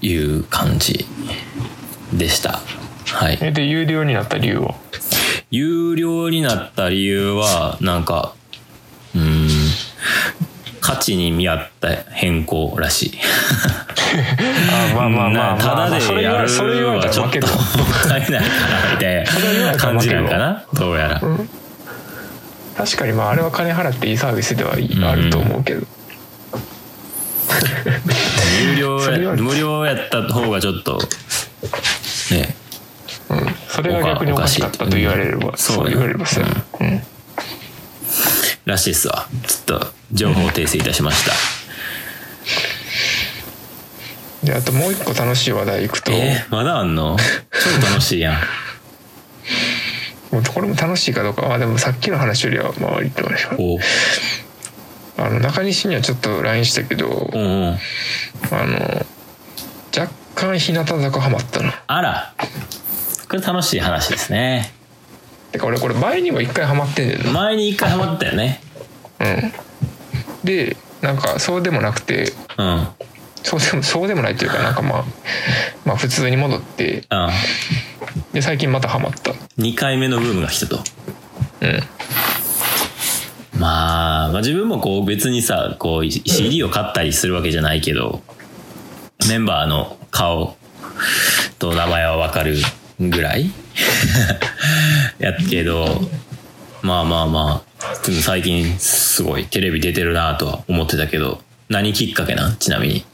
A: いう感じでしたはい
B: で有料になった理由は
A: 有料になった理由はなんかうーん価値に見合った変更らしい
B: あまあまあまあまあ、
A: ただ
B: まあそ
A: で
B: れ言
A: や
B: わ
A: る
B: それ言われ
A: は
B: た
A: ち
B: ら
A: ょっ
B: 負
A: と
B: け
A: も
B: だ
A: ったいないかなみたいな感じなんかなどうやら
B: 確かにまああれは金払っていいサービスではいいあると思うけど
A: 有料
B: それ
A: や
B: は
A: 無料やった方がちょっとね
B: うんそれが逆におかしかったと言われれば
A: おかしいうん
B: そう言われればさうん
A: らしいっすわちょっと情報訂正いたしました
B: であともう一個楽しい話題いくと
A: えーまだあんの超楽しい やん
B: もうこれも楽しいかどうかはでもさっきの話よりはまあ割とあれか
A: おう
B: あの中西にはちょっと LINE したけど
A: うんうん
B: あの若干日向坂ハマったな
A: あらこれ楽しい話ですね
B: てか俺これ前にも一回ハマってんねんな
A: 前に一回ハマったよね
B: うんでなんかそうでもなくて
A: うんうん
B: そうでもそうでもないというかなんかまあまあ普通に戻ってで最近またハマった
A: 2回目のブームが来たと
B: うん
A: まあ、まあ自分もこう別にさこうい CD を買ったりするわけじゃないけどメンバーの顔と名前は分かるぐらい やけどまあまあまあでも最近すごいテレビ出てるなとは思ってたけど何きっかけなんちなみに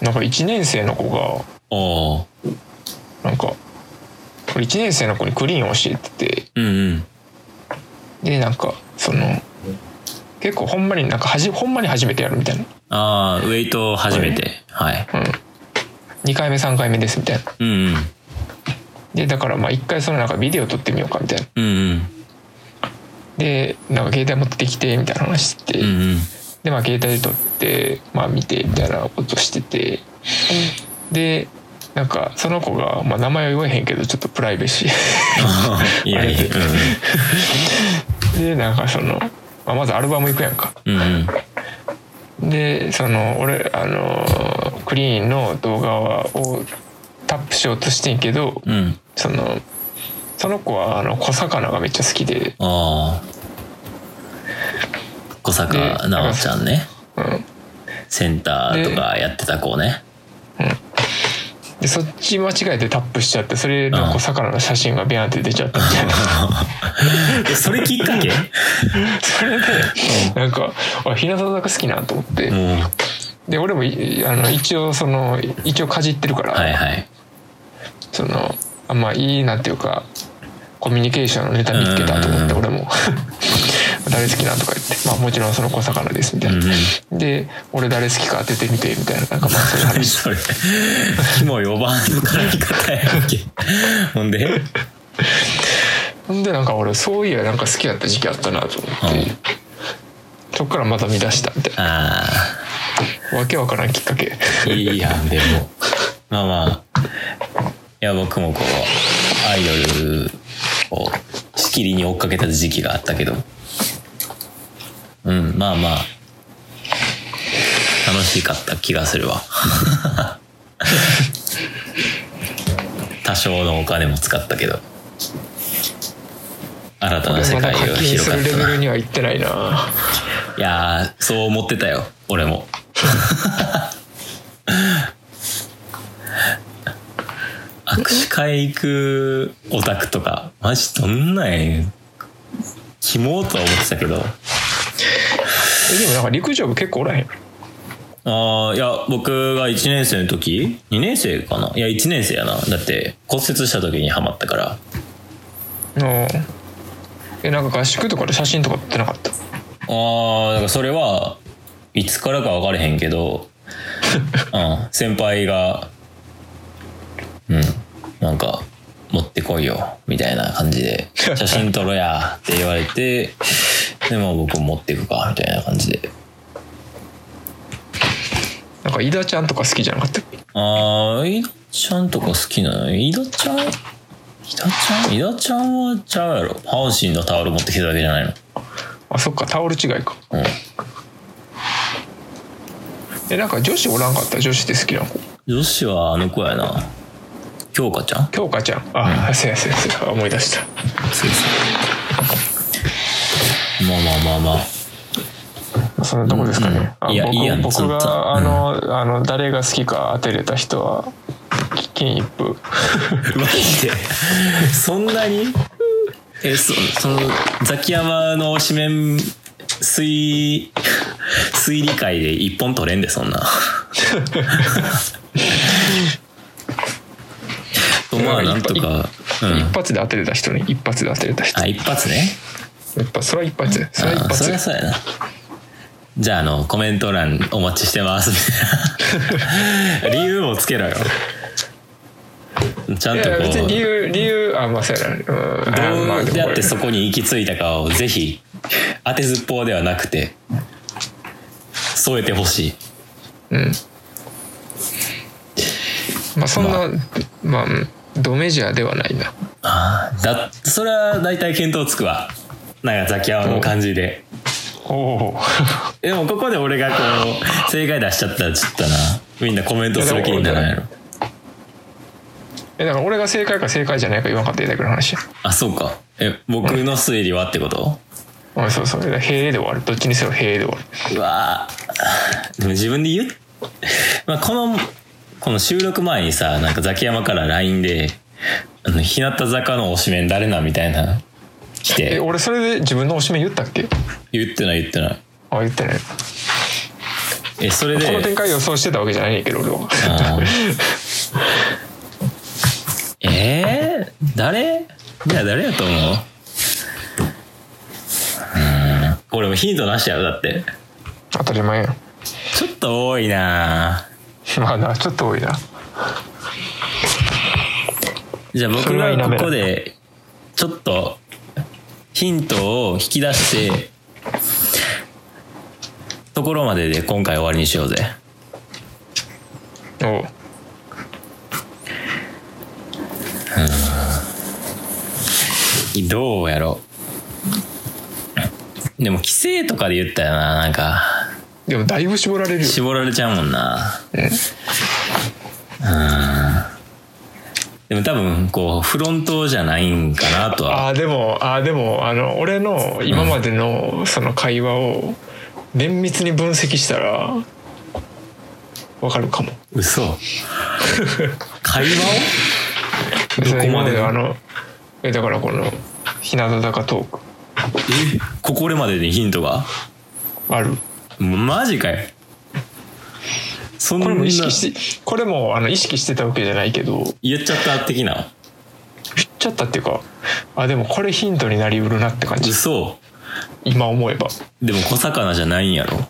B: なんか1年生の子が
A: おお
B: なんか1年生の子にクリーンを教えてて
A: うんうん
B: でなんかその結構ほんまになんかはじほんまに初めてやるみたいな、
A: ああウェイト初めてはい
B: うん、2回目3回目ですみたいな
A: うんうん
B: でだからまあ1回そのなんかビデオ撮ってみようかみたいな
A: うんうん
B: でなんか携帯持ってきてみたいな話してて、
A: うん うん
B: でまあ携帯で撮ってまあ見てみたいなことしててでなんかその子が、まあ、名前は言わへんけどちょっとプライベシー
A: いやいや
B: でなんかその、まあ、まずアルバム行くやんか
A: うんうんうん
B: でその俺あのークリーンの動画をタップしようとしてんけど
A: うんうん
B: そのその子はあの小魚がめっちゃ好きで、
A: ああ小坂直ちゃんね
B: うん、
A: センターとかやってた子ね。
B: でそっち間違えてタップしちゃってそれの
A: う
B: こ
A: ん
B: う魚の写真がビャンって出ちゃったみたいな
A: えそれきっかけ
B: それでなんかあ日向坂好きなと思って、
A: も う、
B: で俺もいあの一応その一応かじってるから、
A: はいはい。
B: そのあまあいいなんていうかコミュニケーションのネタ見つけたと思って
A: うん
B: 俺も 誰好きなんとか言ってまあもちろんその小魚ですみたいな、で俺誰好きか当ててみてみたいななんかまあそういう
A: 何
B: 話
A: それ。キモ4番の絡み方やっけ。ほんで、
B: ほんでなんか俺そういやなんか好きだった時期あったなと思って、
A: うん
B: そっからまた見出したみたい
A: ああ。
B: なわけわからんきっかけ
A: いいやん、でも。まあまあ。いや、僕もこう、アイドルをしきりに追っかけた時期があったけど。うん、まあまあ。楽しかった気がするわ。 多少のお金も使ったけど。新たな世
B: ま
A: 界
B: だ課
A: が
B: 金
A: 広
B: す
A: がっ
B: るレ
A: た
B: ベ
A: な。
B: ル
A: い
B: にはいってないな
A: やー、そう思ってたよ、俺も。 握手会行くオタクとかマジどんなんキモーとは思ってたけど
B: えでもなんか陸上部結構おらへん
A: ああいや僕が1年生の時2年生かないや1年生やなだって骨折した時にハマったから
B: のえなんか合宿とかで写真とか撮ってなかった
A: ああだからそれはいつからか分かれへんけど、うん、先輩がうんなんか持ってこいよみたいな感じで「写真撮ろや」って言われてでも僕持っていくかみたいな感じで
B: なんか井田ちゃんとか好きじゃなかったっけ
A: あー、イダちゃんとか好きなのイダちゃんイダちゃんイダちゃんはちゃうやろ。阪神のタオル持ってきただけじゃないの。
B: あそっかタオル違いか
A: うん。
B: えなんか女子おらんかった女子で好きな子
A: 女子はあの子やな。京香ちゃん
B: 京香ちゃんあ、せやせやせや思い出した
A: そうそう。まあまあまあまあ。
B: そのどこですかね、
A: うん
B: あ
A: いやいいやん
B: 僕
A: ずっ
B: 僕
A: と
B: があの,、あの誰が好きか当てれた人は金一封
A: マジでそんなにえ、そその、ザキヤマの紙面、推、推理会で一本取れんで、そ んな。とまあ、なんとか、う
B: 一
A: ん。
B: 発で当てれた人ね一発で当てれた人
A: あ、一発ね。
B: やっぱそれは一発やそれは一
A: あそ
B: 発
A: りゃ
B: や
A: そうやな。じゃあ、あの、コメント欄お待ちしてます、 みたいな。理由もつけろよ。ちゃん
B: い
A: とこ
B: や別に理
A: う、
B: 由理由あまあそうやなうんあ
A: ど
B: まあ
A: う
B: で
A: や
B: もこ
A: って
B: れ
A: そこに行き着いたかを、ぜひ、当てずっぽうではなくて、添えてほしい。
B: うんまあそんなまあ、うんドメジャーではないな
A: ああ、だ、それは大体見当つくわ。なんかザキヤマの感じで。
B: おお
A: でも、ここで俺がこう、正解出しちゃったら、ちょっとな、みんなコメントする気にならないの。
B: えだから俺が正解か正解じゃないか言わんかっただけの話や
A: あ、そうか。え、僕の推理はってこと、
B: うんそうそうだから平で終わるどっちにせよ平で終わる
A: うわぁでも自分で言う、 まあ、この、この収録前にさ、なんかザキヤマから LINE で、あの、日向坂の推しメン誰なみたいな、来
B: え
A: て、
B: 俺それで自分のおしめ言ったっけ
A: 言ってない言ってない。
B: あ言ってない
A: え、それ
B: この展
A: で、
B: 開予想してたわけじゃないんやけど俺は
A: あーえー、誰じゃあ誰やと思ううーん。これもヒントなしやろ、だって。
B: 当たり前や
A: ちょっと多いなぁ。
B: ん まあなちょっと多いな
A: じゃあ
B: そ
A: 僕
B: れは否めな
A: が
B: い
A: ここでちょっとヒントを引き出してところまでで今回終わりにしようぜ
B: おう
A: どうやろうでも規制とかで言ったよななんか
B: でもだいぶ絞られるよ
A: 絞られちゃうもんなうんでも多分こうフロントじゃないんかなとは
B: ああでもああでもあの俺の今までのその会話を綿密に分析したらわかるかも
A: 嘘会話をどこまで
B: それ今
A: の
B: あのえだからこの日向坂トーク
A: えここまでにヒントが
B: ある
A: マジかよそんな
B: これも意識してこれもあの意識してたわけじゃないけど言っ
A: 言っちゃった的な
B: ちゃったっていうかあでもこれヒントになりうるなって感じ
A: 嘘
B: 今思えば
A: でも小魚じゃないんやろ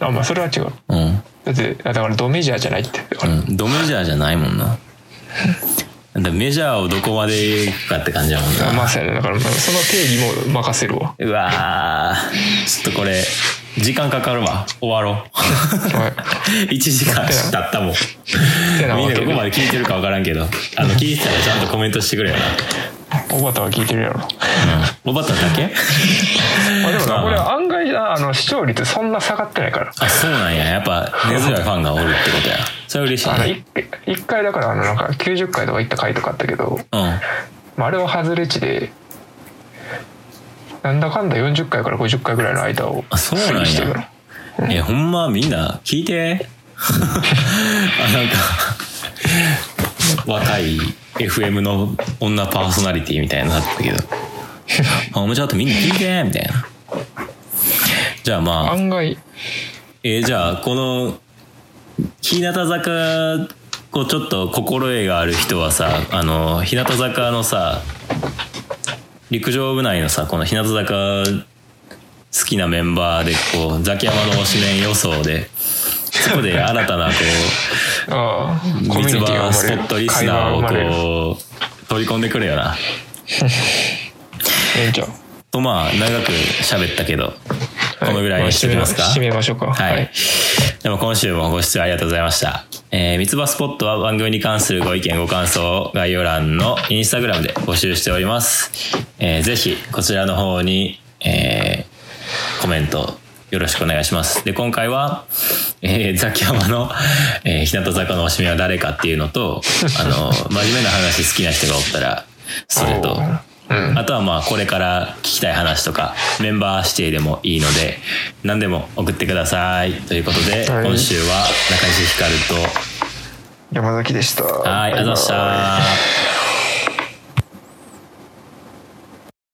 B: あまあそれは違う
A: うん、
B: だってあだからドメジャーじゃないってだから
A: うん、ドメジャーじゃないもんなだからメジャーをどこまで行くかって感じやもん
B: あ
A: な
B: まあそうやねだからまあその定義も任せるわ
A: うわーちょっとこれ時間かかるわ終わろう
B: は
A: 1時間経ったもん
B: いてな
A: みん
B: わ
A: な
B: け
A: どこま
B: で
A: で聞いてるか分からんけどあの聞いてたらちゃんとコメントしてくれよな
B: 小畑は聞いてるやろ
A: おばただけ
B: あでも
A: あ
B: な
A: ー
B: これは案外なあの視聴率そんな下がってないから
A: あそうなんややっぱ根強いファンがおるってことやそれは嬉しい
B: あの
A: ね
B: 一一回だからあのなんか90回とか行った回とかあったけど、
A: うん
B: まあ、あれは外れ値でなんだかんだ40回から50回ぐらいの間を
A: あそうなんや
B: 推移してるから
A: えほんまみんな聞いて あなんか若い FM の女パーソナリティみたいになってたけどあおもちゃとみんな聞いてみたいなじゃあまあ
B: 案外
A: えーじゃあこの日向坂こうちょっと心得がある人はさあの日向坂のさ陸上部内のさこの日向坂好きなメンバーでこうザキヤマの推しメン予想でそこで新たなこ
B: ああ
A: う
B: コミ
A: 三つ
B: ュニティ
A: 葉
B: が
A: ス
B: 生
A: ポット
B: まれる
A: リス
B: 会話
A: ナ
B: が生まれ
A: ー
B: る
A: をこう取り込んでくるよな。
B: ええんちゃう
A: とまあ長く喋ったけどこのぐらいにしておきますか。
B: はい締めましょうか
A: はい。でも今週もご視聴ありがとうございました。えー、三つ葉スポットは番組に関するご意見、ご感想を概要欄のインスタグラムで募集しております。えー、ぜひこちらの方に、えー、コメントよろしくお願いします。で、今回は、えー、ザキヤマの、えー、日向坂のおしめは誰かっていうのと、あの、真面目な話好きな人がおったら、それと、
B: うん
A: あとはまあこれから聞きたい話とかメンバー指定でもいいので何でも送ってくださいということで
B: はい
A: 今週は中西ひかると
B: 山崎でした
A: はいありがとうございまし
B: バイバイ
A: た。